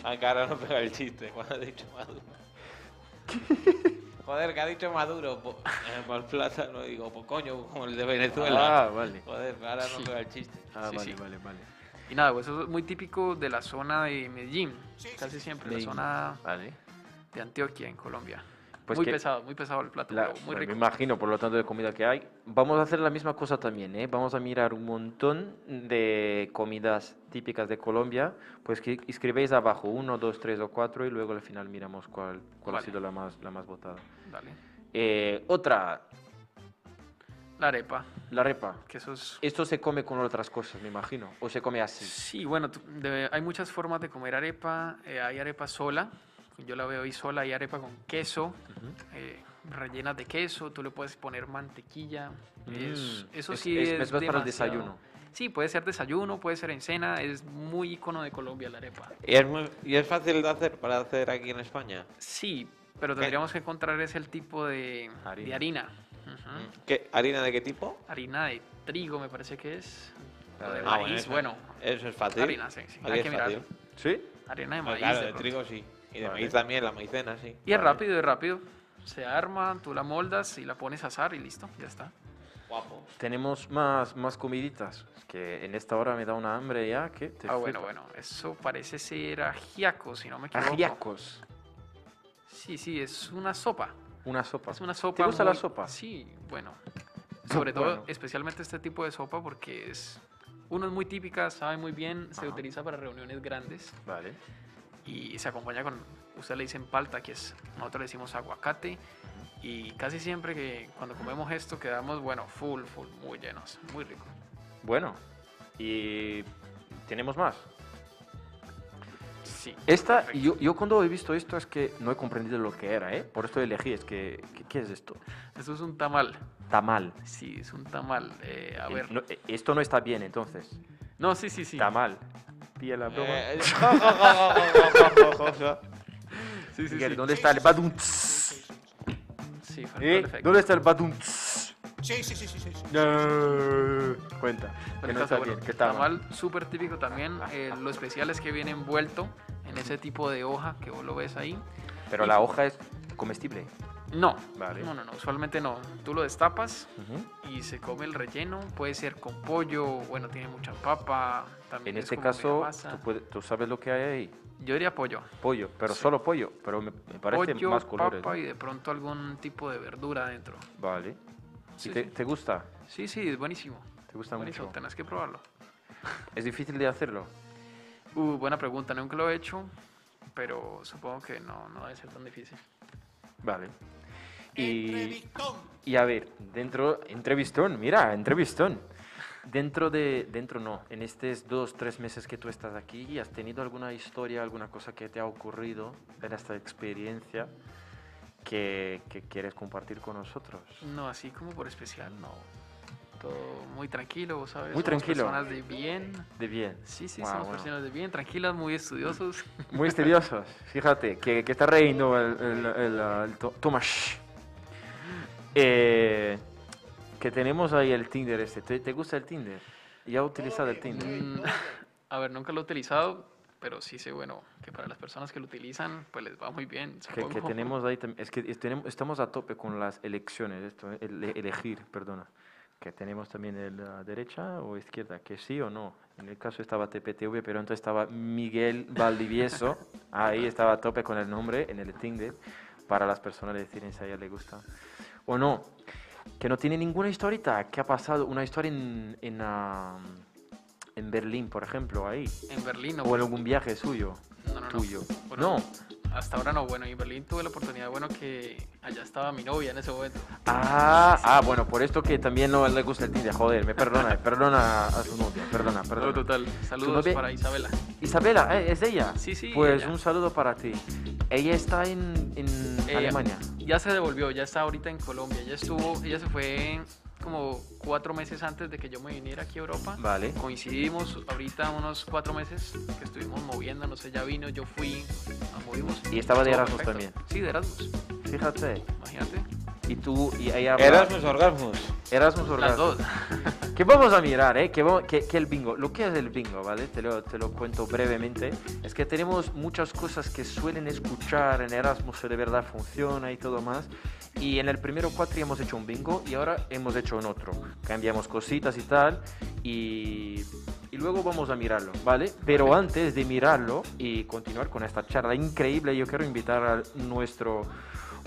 Speaker 2: Ah, cara, no pega el chiste cuando ha dicho Maduro. Joder, que ha dicho Maduro. po- eh, Por plátano, digo, pues coño, como el de Venezuela.
Speaker 1: Ah, vale.
Speaker 2: Joder, ahora
Speaker 6: Sí.
Speaker 2: no pega el chiste.
Speaker 1: Ah,
Speaker 6: Sí,
Speaker 1: vale,
Speaker 6: sí.
Speaker 1: vale, vale.
Speaker 6: Y nada, pues eso es muy típico de la zona de Medellín, casi siempre,
Speaker 1: Medellín.
Speaker 6: la zona
Speaker 1: Vale.
Speaker 6: de Antioquia en Colombia.
Speaker 1: Pues
Speaker 6: muy
Speaker 1: que-
Speaker 6: pesado, muy pesado el plato,
Speaker 1: La-
Speaker 6: pero muy
Speaker 1: me-
Speaker 6: rico.
Speaker 1: Me imagino, por lo tanto, de comida que hay. Vamos a hacer la misma cosa también, ¿eh? Vamos a mirar un montón de comidas típicas de Colombia. Pues que escribéis abajo, uno, dos, tres o cuatro, y luego al final miramos cuál, cuál ha
Speaker 6: Vale.
Speaker 1: sido la más, la más votada.
Speaker 6: Dale.
Speaker 1: Eh, otra,
Speaker 6: La arepa,
Speaker 1: la repa.
Speaker 6: que eso es...
Speaker 1: Esto se come con otras cosas, me imagino. O se come así.
Speaker 6: Sí, bueno, tú- de- hay muchas formas de comer arepa. eh, hay arepa sola, yo la veo ahí sola, hay arepa con queso, eh, rellena de queso, tú le puedes poner mantequilla. es-
Speaker 1: Mm,
Speaker 6: eso
Speaker 1: es-
Speaker 6: sí
Speaker 1: es-
Speaker 6: es,
Speaker 1: es más para el
Speaker 6: demasiado-
Speaker 1: desayuno.
Speaker 6: Sí, puede ser desayuno, puede ser en cena, es muy icono de Colombia la arepa.
Speaker 2: ¿Y es, muy- y es fácil de hacer para hacer aquí en España.
Speaker 6: Sí, pero tendríamos que encontrar es el tipo de
Speaker 1: Harina. Mm.
Speaker 6: harina. De harina. Ujú.
Speaker 2: ¿Qué, ¿Harina de qué tipo?
Speaker 6: Harina de trigo me parece que es. O de
Speaker 1: Ah,
Speaker 2: bueno,
Speaker 6: maíz,
Speaker 2: esa-
Speaker 6: bueno.
Speaker 2: Eso es fácil.
Speaker 6: Harina, sí, sí,
Speaker 2: Aquí
Speaker 6: hay
Speaker 2: es
Speaker 6: que mirar.
Speaker 2: fácil.
Speaker 1: ¿Sí?
Speaker 6: Harina de
Speaker 2: Ah,
Speaker 6: maíz.
Speaker 2: Pues claro,
Speaker 6: de
Speaker 2: de
Speaker 6: pronto.
Speaker 2: trigo sí. Y de
Speaker 1: Vale.
Speaker 2: maíz también, la maicena sí.
Speaker 6: Y es
Speaker 1: Vale.
Speaker 6: rápido, es rápido. Se arma, tú la moldas y la pones a asar y listo, ya está.
Speaker 2: Guapo.
Speaker 1: Tenemos más, más comiditas. Es que en esta hora me da una hambre ya que te
Speaker 6: ah, bueno,
Speaker 1: flipas.
Speaker 6: bueno. Eso parece ser ajiaco, si no me equivoco.
Speaker 1: Ajiacos.
Speaker 6: Sí, sí, es una sopa.
Speaker 1: Una sopa.
Speaker 6: Es una sopa.
Speaker 1: ¿Te gusta la
Speaker 6: muy-
Speaker 1: sopa?
Speaker 6: Sí, bueno. Sobre todo,
Speaker 1: Bueno.
Speaker 6: especialmente este tipo de sopa porque es. Uno es muy típica, sabe muy bien, se
Speaker 1: Ajá.
Speaker 6: utiliza para reuniones grandes.
Speaker 1: Vale.
Speaker 6: y se acompaña con, ustedes le dicen palta, que es, nosotros le decimos aguacate, y casi siempre que cuando comemos esto quedamos, bueno, full, full, muy llenos, muy rico.
Speaker 1: Bueno, y tenemos más.
Speaker 6: Sí.
Speaker 1: Esta,
Speaker 6: perfecto.
Speaker 1: yo, yo cuando he visto esto es que no he comprendido lo que era, ¿eh? Por esto elegí, es que, ¿qué, qué es esto?
Speaker 6: Esto es un tamal,
Speaker 1: Tamal.
Speaker 6: sí, es un tamal, eh, a
Speaker 1: Eh,
Speaker 6: ver.
Speaker 1: no,
Speaker 6: No,
Speaker 1: eh, esto no está bien, entonces.
Speaker 6: sí, sí, sí.
Speaker 1: Tamal. Pilla la broma.
Speaker 2: Eh, [LAUGHS] jo, jo, jo, jo, jo, jo, jo, jo.
Speaker 6: Sí, sí,
Speaker 1: Miguel,
Speaker 6: sí.
Speaker 1: ¿dónde está el badum? tss?
Speaker 6: Sí, fue
Speaker 1: ¿Eh?
Speaker 6: perfecto.
Speaker 1: ¿Dónde está el badum? tss?
Speaker 7: Sí, sí, sí, sí, sí. sí.
Speaker 1: No. Cuenta. Que no
Speaker 6: Entonces,
Speaker 1: está
Speaker 6: bueno,
Speaker 1: bien, que está mal.
Speaker 6: tamal súper típico también. eh, lo especial es que viene envuelto en ese tipo de hoja que vos lo ves ahí.
Speaker 1: Pero la hoja es comestible.
Speaker 6: No,
Speaker 7: Vale.
Speaker 6: no, no, no, usualmente no. Tú lo destapas y se come el relleno. Puede ser con pollo, bueno, tiene mucha papa. También
Speaker 1: En
Speaker 6: es
Speaker 1: este
Speaker 6: como media
Speaker 1: caso,
Speaker 6: masa.
Speaker 1: tú, puedes- tú sabes lo que hay ahí.
Speaker 6: Yo diría pollo.
Speaker 1: Pollo, pero solo pollo. Pero me, me parece
Speaker 6: pollo,
Speaker 1: más colores.
Speaker 6: papa y de pronto algún tipo de verdura adentro.
Speaker 1: Vale.
Speaker 6: Sí,
Speaker 1: ¿Y te,
Speaker 6: sí.
Speaker 1: te gusta?
Speaker 6: Sí, sí, es buenísimo.
Speaker 1: ¿Te gusta
Speaker 6: buenísimo,
Speaker 1: mucho?
Speaker 6: tenés que probarlo.
Speaker 1: Es difícil de hacerlo.
Speaker 6: Uh, buena pregunta, nunca lo he hecho, pero supongo que no, no debe ser tan difícil.
Speaker 1: Vale. Y, y a ver, dentro, entrevistón, mira, entrevistón. Dentro de, dentro no, en estos dos, tres meses que tú estás aquí, ¿has tenido alguna historia, alguna cosa que te ha ocurrido en esta experiencia que, que quieres compartir con nosotros?
Speaker 6: No, así como por especial, no. Todo muy tranquilo, vos sabes.
Speaker 1: Muy
Speaker 6: somos
Speaker 1: tranquilo.
Speaker 6: Personas de bien.
Speaker 1: De bien.
Speaker 6: Sí, sí,
Speaker 1: Guau,
Speaker 6: somos
Speaker 1: bueno.
Speaker 6: personas de bien, tranquilas,
Speaker 1: [LAUGHS]
Speaker 6: muy estudiosos.
Speaker 1: Muy estudiosos, fíjate, que, que está reino el, el, el, el To- Tomás. Eh, que tenemos ahí el Tinder este. ¿Te, te gusta el Tinder? ¿Ya has utilizado el Tinder?
Speaker 6: Mm, A ver, nunca lo he utilizado, pero sí sé, bueno, que para las personas que lo utilizan, pues les va muy bien.
Speaker 1: Que, que
Speaker 6: supongo.
Speaker 1: tenemos ahí, tam- es que es- tenemos, estamos a tope con las elecciones, esto, eh, ele- elegir, perdona. Que tenemos también el, la derecha o izquierda, que sí o no. En el caso estaba TPTV, pero entonces estaba Miguel
Speaker 6: [LAUGHS]
Speaker 1: Valdivieso. ahí estaba a tope con el nombre en el Tinder para las personas que deciden si a ella le gusta o no. Que no tiene ninguna historita. ¿Qué ha pasado? Una historia en, en, ah, en Berlín, por ejemplo, ahí.
Speaker 6: En Berlín, no.
Speaker 1: O en algún viaje suyo,
Speaker 6: no, no, no.
Speaker 1: tuyo.
Speaker 6: Bueno,
Speaker 1: no.
Speaker 6: Hasta ahora no, bueno, y en Berlín tuve la oportunidad, bueno, que allá estaba mi novia en ese momento.
Speaker 1: Ah, ah, bueno, por esto que también no le gusta el Tinder, joder, me perdona, perdona a su novia, perdona,
Speaker 6: Pero
Speaker 1: perdona.
Speaker 6: total, saludos
Speaker 1: novia-
Speaker 6: para Isabela.
Speaker 1: Isabela, eh, ¿es ella?
Speaker 6: Sí, sí,
Speaker 1: Pues
Speaker 6: ella.
Speaker 1: un saludo para ti. Ella está en, en
Speaker 6: Ella.
Speaker 1: Alemania.
Speaker 6: Ya se devolvió, ya está ahorita en Colombia. Ella estuvo, ella se fue como cuatro meses antes de que yo me viniera aquí a Europa.
Speaker 1: Vale.
Speaker 6: Coincidimos ahorita unos cuatro meses que estuvimos moviendo, no sé, ya vino, yo fui, nos movimos.
Speaker 1: Y estaba de
Speaker 6: Todo
Speaker 1: Erasmus
Speaker 6: perfecto. Sí, de Erasmus,
Speaker 1: Fíjate.
Speaker 6: imagínate.
Speaker 1: Y tú y ella... habla-
Speaker 2: Erasmus Orgasmus.
Speaker 1: Erasmus
Speaker 6: Las
Speaker 1: Orgasmo.
Speaker 6: dos. [LAUGHS]
Speaker 1: Que vamos a mirar, ¿eh? Que, vamos- que- que el bingo, lo que es el bingo, ¿vale? Te lo, te lo cuento brevemente. Es que tenemos muchas cosas que suelen escuchar en Erasmus, de verdad funciona y todo más. Y en el primero cuatri hemos hecho un bingo y ahora hemos hecho un otro. Cambiamos cositas y tal. Y, y luego vamos a mirarlo, ¿vale? Pero antes de mirarlo y continuar con esta charla increíble, yo quiero invitar a nuestro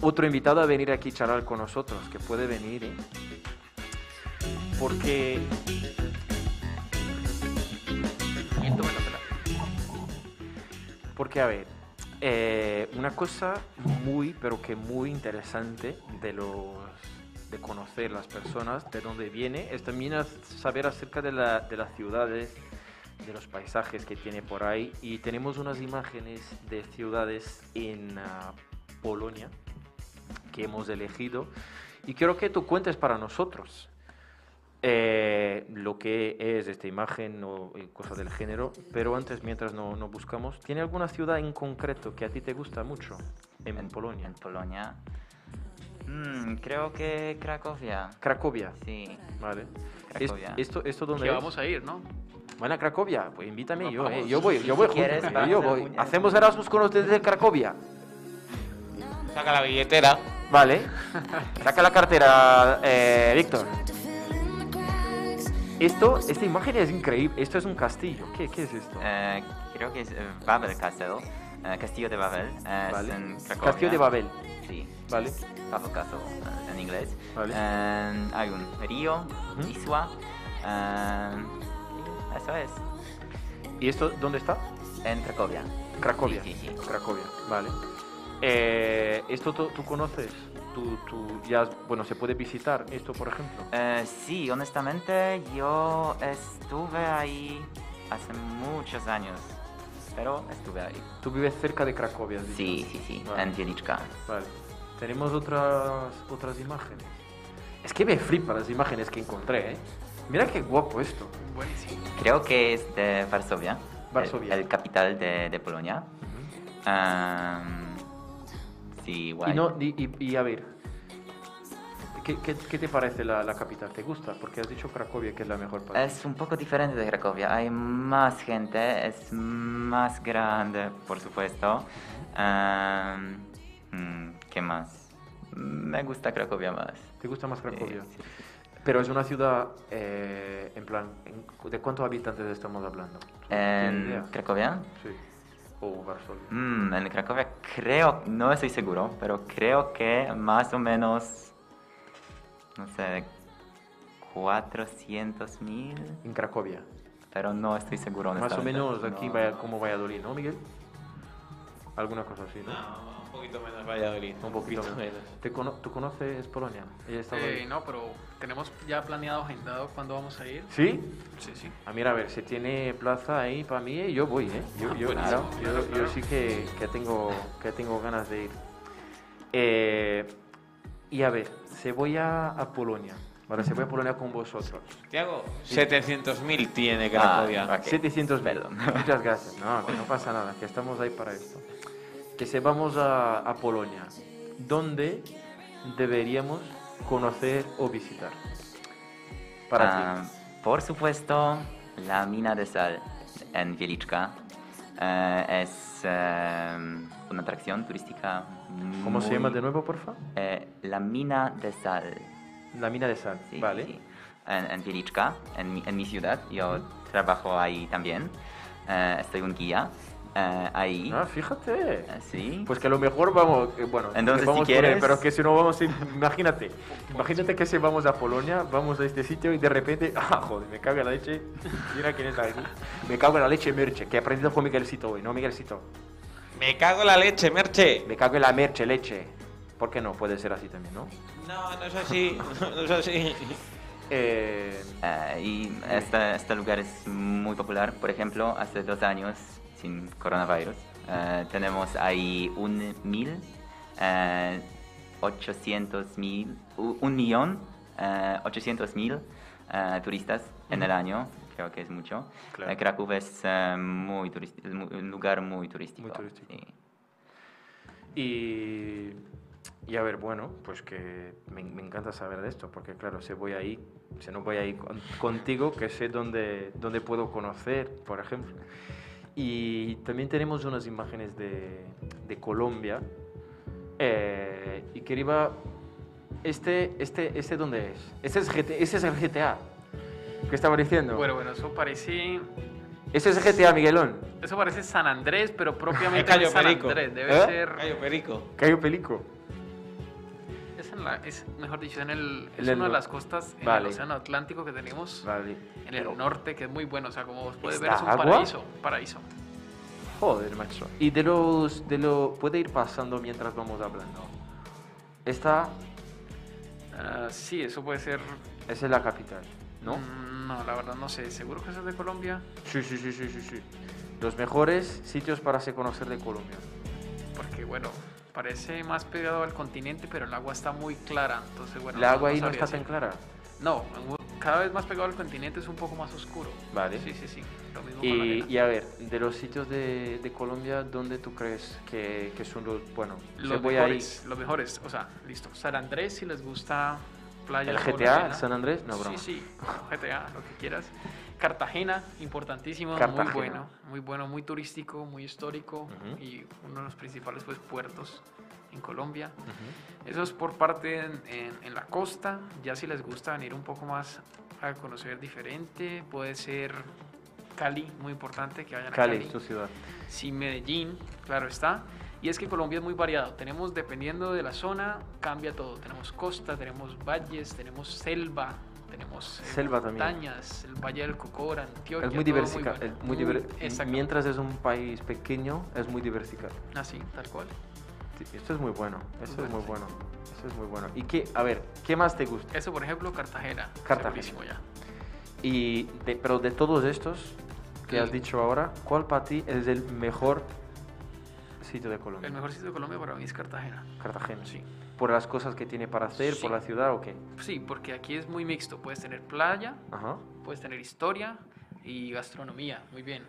Speaker 1: otro invitado a venir aquí a charlar con nosotros, que puede venir, ¿eh? Porque
Speaker 6: Y tome la pela.
Speaker 1: Porque, a ver, eh, una cosa muy, pero que muy interesante de los de conocer las personas, de dónde viene, es también a- saber acerca de, la- de las ciudades, de los paisajes que tiene por ahí. Y tenemos unas imágenes de ciudades en ah, Polonia que hemos elegido. Y quiero que tú cuentes para nosotros eh, lo que es esta imagen o eh, cosa del género, pero antes, mientras no, no buscamos, ¿tiene alguna ciudad en concreto que a ti te gusta mucho en, Polonia?
Speaker 3: En Polonia. Mm, creo que Cracovia.
Speaker 1: Cracovia,
Speaker 3: Sí,
Speaker 1: vale. Es-
Speaker 3: Cracovia.
Speaker 1: ¿Esto, esto dónde
Speaker 6: Que
Speaker 1: es?
Speaker 6: vamos a ir, ¿no?
Speaker 1: Bueno, a Cracovia, pues invítame yo, eh,
Speaker 3: vamos.
Speaker 1: yo voy, yo voy
Speaker 3: Si
Speaker 1: junto,
Speaker 3: quieres,
Speaker 1: eh,
Speaker 3: vamos
Speaker 1: yo
Speaker 3: a
Speaker 1: voy.
Speaker 3: junio.
Speaker 1: Hacemos Erasmus con ustedes de Cracovia,
Speaker 2: Saca la billetera.
Speaker 3: [LAUGHS]
Speaker 1: vale. Saca la cartera, eh, Víctor. Esto, esta imagen es increíble, esto es un castillo, ¿qué, qué es esto?
Speaker 3: Eh, creo que es eh, Babel Castle. eh, Castillo de Babel. eh,
Speaker 1: Vale.
Speaker 3: es en Cracovia.
Speaker 1: Castillo de Babel,
Speaker 3: Sí,
Speaker 1: vale.
Speaker 3: Babel Castle eh, en inglés.
Speaker 1: Vale.
Speaker 3: Eh, hay un río,
Speaker 1: Ujú.
Speaker 3: Isua. eh, eso es.
Speaker 1: ¿Y esto dónde está?
Speaker 3: En Cracovia.
Speaker 1: Cracovia.
Speaker 3: Sí, sí, sí.
Speaker 1: Cracovia, vale. Eh, esto tú, tú conoces, tú, tú ya, bueno, se puede visitar esto, por ejemplo.
Speaker 3: Eh, sí, honestamente yo estuve ahí hace muchos años. Pero estuve ahí.
Speaker 1: Tú vives cerca de Cracovia, has dicho.
Speaker 3: Sí, sí, sí,
Speaker 1: Vale.
Speaker 3: en Wieliczka.
Speaker 1: Vale. Tenemos otras, otras imágenes. Es que me flipan las imágenes que encontré, ¿eh? Mira qué guapo esto.
Speaker 6: Buenísimo.
Speaker 3: Creo que es de Varsovia. el-
Speaker 1: Varsovia.
Speaker 3: El, capital de, de Polonia. Am, sí, guay.
Speaker 1: Y, no, y, y- y a ver, ¿qué, qué, qué te parece la, la capital? ¿Te gusta? Porque has dicho Cracovia que es la mejor parte.
Speaker 3: Es un poco diferente de Cracovia. Hay más gente, es más grande, por supuesto. Am, mm, ¿Qué más? Me gusta Cracovia más.
Speaker 1: ¿Te gusta más Cracovia?
Speaker 3: Sí, sí.
Speaker 1: Pero es una ciudad, eh, en plan, en cu- ¿de cuántos habitantes estamos hablando? ¿Tú tienes
Speaker 3: ¿En
Speaker 1: idea?
Speaker 3: Cracovia?
Speaker 1: Sí. O Varsovia.
Speaker 3: Mm, en Cracovia creo, no estoy seguro, pero creo que más o menos, no sé, 400 mil,
Speaker 1: En Cracovia.
Speaker 3: pero no estoy seguro.
Speaker 1: Más o
Speaker 3: honestamente.
Speaker 1: menos aquí
Speaker 3: No.
Speaker 1: vaya- como Valladolid, ¿no, Miguel? Alguna cosa así, ¿no?
Speaker 2: No, un poquito menos Valladolid.
Speaker 1: Un poquito menos. ¿Te cono- ¿Tú conoces Polonia? ¿He estado
Speaker 6: Eh,
Speaker 1: ahí?
Speaker 6: no, pero tenemos ya planeado, agendado cuándo vamos a ir.
Speaker 1: ¿Sí?
Speaker 6: Sí, sí.
Speaker 1: Ah, mira, a ver, si tiene plaza ahí para mí, eh, yo voy, ¿eh? Yo, yo, claro, yo, yo sí que, que tengo, que tengo ganas de ir. Eh, y a ver, se voy a, a Polonia. Ahora se voy a Polonia con vosotros.
Speaker 2: Tiago, 700.000 tiene
Speaker 3: Ah,
Speaker 2: Cracovia.
Speaker 3: ok.
Speaker 1: 700 mil.
Speaker 3: Perdón.
Speaker 1: [LAUGHS] Muchas gracias. No, que no pasa nada, que estamos ahí para esto. Que se vamos a, a Polonia, donde deberíamos conocer o visitar. Para
Speaker 3: Ah, Por supuesto, la mina de sal en Wieliczka eh, es eh, una atracción turística.
Speaker 1: ti. ¿Cómo se llama
Speaker 3: muy-
Speaker 1: de nuevo, porfa?
Speaker 3: Eh, la mina de sal.
Speaker 1: La mina de sal.
Speaker 3: Sí,
Speaker 1: vale.
Speaker 3: sí. En, en Wieliczka, en mi, en mi ciudad. Yo trabajo ahí también. Eh, estoy un guía eh, ahí.
Speaker 1: Ah, fíjate.
Speaker 3: Eh, sí.
Speaker 1: Pues que a lo mejor vamos, que, bueno,
Speaker 3: Entonces,
Speaker 1: que vamos
Speaker 3: si
Speaker 1: con él,
Speaker 3: quieres-
Speaker 1: pero que si no vamos, a ir- imagínate, imagínate que si vamos a Polonia, vamos a este sitio y de repente, [LAUGHS] ah, joder, me cago en la leche, mira quién está aquí, me cago en la leche Merche, que he aprendido con Miguelcito hoy, no Miguelcito,
Speaker 2: Me cago en la leche, Merche.
Speaker 1: me cago en la Merche, leche, ¿por qué no? Puede ser así también, ¿no?
Speaker 2: No, no es así. [LAUGHS] No es así.
Speaker 1: Eh,
Speaker 3: Eh, y este, este lugar es muy popular. Por ejemplo, hace dos años, sin coronavirus, eh, tenemos ahí un mil, eh, ochocientos mil, u- un millón, eh, ochocientos mil eh, turistas en el año. Creo que es mucho.
Speaker 1: Claro.
Speaker 3: Eh, Kraków es eh, muy turístico, un lugar muy turístico.
Speaker 1: Muy turístico.
Speaker 3: sí.
Speaker 1: Y, y a ver, bueno, pues que me, me encanta saber de esto, porque claro, si voy ahí, si no voy ahí con- contigo, que sé dónde, dónde puedo conocer, por ejemplo. Y también tenemos unas imágenes de, de Colombia. Eh, y quería... Este, este, este, ¿dónde es? Este es, GT este es el GTA. ¿Qué estaba diciendo?
Speaker 6: Bueno, bueno, eso parece.
Speaker 1: Este es GTA, Miguelón.
Speaker 6: Eso parece San Andrés, pero propiamente
Speaker 2: Cayo
Speaker 6: no es San
Speaker 2: Perico.
Speaker 6: Andrés. Debe
Speaker 1: ¿Eh?
Speaker 6: ser.
Speaker 2: Cayo Perico.
Speaker 1: Cayo Pelico.
Speaker 6: Es, en la- es, mejor dicho, en el,
Speaker 1: En
Speaker 6: es
Speaker 1: el
Speaker 6: una
Speaker 1: no-
Speaker 6: de las costas en
Speaker 1: Vale.
Speaker 6: el Océano Atlántico que tenemos
Speaker 1: Vale.
Speaker 6: en el
Speaker 1: Pero-
Speaker 6: norte, que es muy bueno. O sea, como vos puedes ver, es
Speaker 1: ¿Está
Speaker 6: un
Speaker 1: agua?
Speaker 6: paraíso. paraíso.
Speaker 1: Joder, macho. Y de los. De lo, puede ir pasando mientras vamos hablando. Esta
Speaker 6: Ah, sí, eso puede ser.
Speaker 1: esa es la capital, ¿no?
Speaker 6: Mm, No, la verdad no sé. ¿Seguro que eso es de Colombia?
Speaker 1: Sí, sí, sí, sí, sí, sí. Los mejores sitios para se conocer de Colombia.
Speaker 6: Porque, bueno, parece más pegado al continente, pero el agua está muy clara. Entonces, bueno.
Speaker 1: ¿La agua ahí no
Speaker 6: sabría
Speaker 1: está tan
Speaker 6: decir.
Speaker 1: clara?
Speaker 6: No, cada vez más pegado al continente es un poco más oscuro.
Speaker 1: Vale.
Speaker 6: Sí, sí, sí. Lo mismo con la
Speaker 1: Y,
Speaker 6: arena.
Speaker 1: y a ver, de los sitios de, de Colombia, ¿dónde tú crees que, que son los. Bueno, se
Speaker 6: Los
Speaker 1: voy ahí.
Speaker 6: mejores, los mejores. O sea, listo. San Andrés, si les gusta playa.
Speaker 1: ¿El
Speaker 6: con
Speaker 1: GTA?
Speaker 6: arena.
Speaker 1: ¿San Andrés? No, broma.
Speaker 6: Sí, sí. GTA, lo que quieras. Cartagena, importantísimo,
Speaker 1: Cartagena.
Speaker 6: muy bueno, muy bueno, muy turístico, muy histórico
Speaker 1: Ujú.
Speaker 6: y uno de los principales pues puertos en Colombia.
Speaker 1: Ujú.
Speaker 6: Eso es por parte en, en- en la costa. Ya si les gusta venir un poco más a conocer diferente, puede ser Cali, muy importante que vayan a
Speaker 1: Cali,
Speaker 6: Cali.
Speaker 1: tu ciudad.
Speaker 6: Sí, Medellín, claro está. Y es que Colombia es muy variado. Tenemos, dependiendo de la zona, cambia todo. Tenemos costa, tenemos valles, tenemos selva, tenemos eh,
Speaker 1: Selva también.
Speaker 6: montañas, el Valle del Cocora, Antioquia.
Speaker 1: Es muy
Speaker 6: todo
Speaker 1: diversificado.
Speaker 6: bueno.
Speaker 1: Muy
Speaker 6: Muy-
Speaker 1: diver-
Speaker 6: Exacto.
Speaker 1: Mientras es un país pequeño, es muy diversificado.
Speaker 6: Así, tal cual.
Speaker 1: Sí, Esto es muy bueno, esto es
Speaker 6: Bueno,
Speaker 1: muy
Speaker 6: sí.
Speaker 1: bueno, esto es muy bueno. ¿Y qué, a ver, qué más te gusta?
Speaker 6: Eso, por ejemplo, Cartagena.
Speaker 1: Cartagena.
Speaker 6: segurísimo ya.
Speaker 1: Y de- pero de todos estos que has
Speaker 6: Sí.
Speaker 1: dicho ahora, ¿cuál para ti es el mejor sitio de Colombia?
Speaker 6: El mejor sitio de Colombia para mí es Cartagena.
Speaker 1: Cartagena.
Speaker 6: Sí.
Speaker 1: ¿Por las cosas que tiene para hacer, por
Speaker 6: Sí.
Speaker 1: la ciudad o qué?
Speaker 6: Sí, porque aquí es muy mixto. Puedes tener playa,
Speaker 1: Ajá.
Speaker 6: puedes tener historia y gastronomía. Muy bien.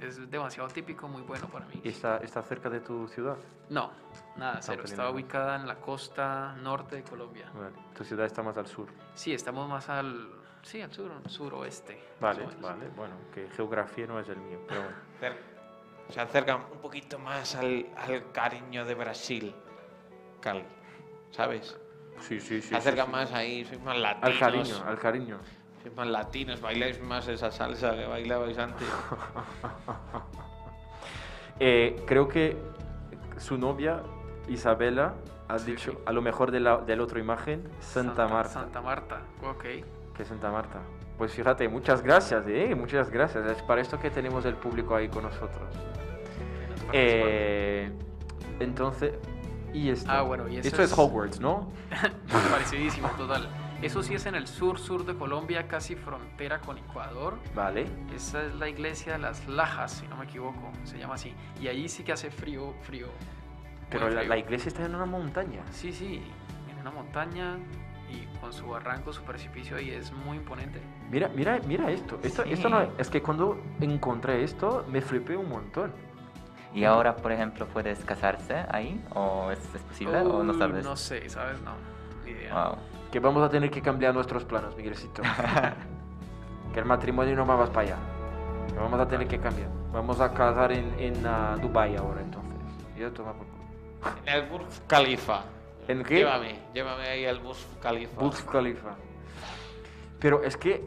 Speaker 6: Es demasiado típico, muy bueno para mí.
Speaker 1: ¿Y está, está cerca de tu ciudad?
Speaker 6: No, nada, cero.
Speaker 1: pelín
Speaker 6: Estaba
Speaker 1: lejos.
Speaker 6: ubicada en la costa norte de Colombia.
Speaker 1: Vale, Tu ciudad está más al sur.
Speaker 6: Sí, estamos más al. Sí, al sur, suroeste. más
Speaker 1: Vale,
Speaker 6: o menos.
Speaker 1: vale, bueno, que geografía no es el mío, pero bueno.
Speaker 2: Cer- Se acercan un poquito más al, al cariño de Brasil. Cali. ¿sabes?
Speaker 1: [LAUGHS] Sí, sí, sí.
Speaker 2: Se acercan
Speaker 1: sí, sí.
Speaker 2: más ahí, sois más latinos.
Speaker 1: Al cariño, al cariño.
Speaker 2: Sois más latinos, bailáis más esa salsa que
Speaker 1: [LAUGHS]
Speaker 2: bailabais antes.
Speaker 1: Eh, creo que su novia, Isabela, ha
Speaker 6: Sí,
Speaker 1: dicho,
Speaker 6: sí.
Speaker 1: a lo mejor de la, del otra imagen, Santa, Marta.
Speaker 6: Santa Marta, ok.
Speaker 1: Que es Santa Marta. Pues fíjate, muchas gracias, eh, muchas gracias. Es para esto que tenemos el público ahí con nosotros. Eh, entonces, y esto.
Speaker 6: Ah, bueno, y eso
Speaker 1: esto es,
Speaker 6: es-
Speaker 1: Hogwarts, ¿no?
Speaker 6: Parecidísimo, total. Eso sí es en el sur-sur de Colombia, casi frontera con Ecuador.
Speaker 1: Vale.
Speaker 6: Esa es la iglesia de las Lajas, si no me equivoco, se llama así. Y allí sí que hace frío, frío. muy
Speaker 1: Pero la,
Speaker 6: frío.
Speaker 1: la iglesia está en una montaña.
Speaker 6: Sí, sí, en una montaña y con su barranco, su precipicio y es muy imponente.
Speaker 1: Mira, mira, mira esto. Esto, esto
Speaker 3: Sí.
Speaker 1: no, es que cuando encontré esto me flipé un montón.
Speaker 3: ¿Y ahora, por ejemplo, puedes casarse ahí? ¿O es, es posible? ¿O no
Speaker 6: Uy,
Speaker 3: sabes?
Speaker 6: No sé, ¿sabes? No. ni idea.
Speaker 1: Ah.
Speaker 3: Wow.
Speaker 1: Que vamos a tener que cambiar nuestros planos,
Speaker 6: [LAUGHS]
Speaker 1: Miguelcito. que el matrimonio no va más para allá. Lo vamos a tener que cambiar. Vamos a casar en, en ah, Dubái ahora entonces. Y yo toma por culo.
Speaker 2: En el Burj Khalifa.
Speaker 1: ¿En qué?
Speaker 2: Llévame, llévame ahí al Burj Khalifa.
Speaker 1: Burj Khalifa. Pero es que,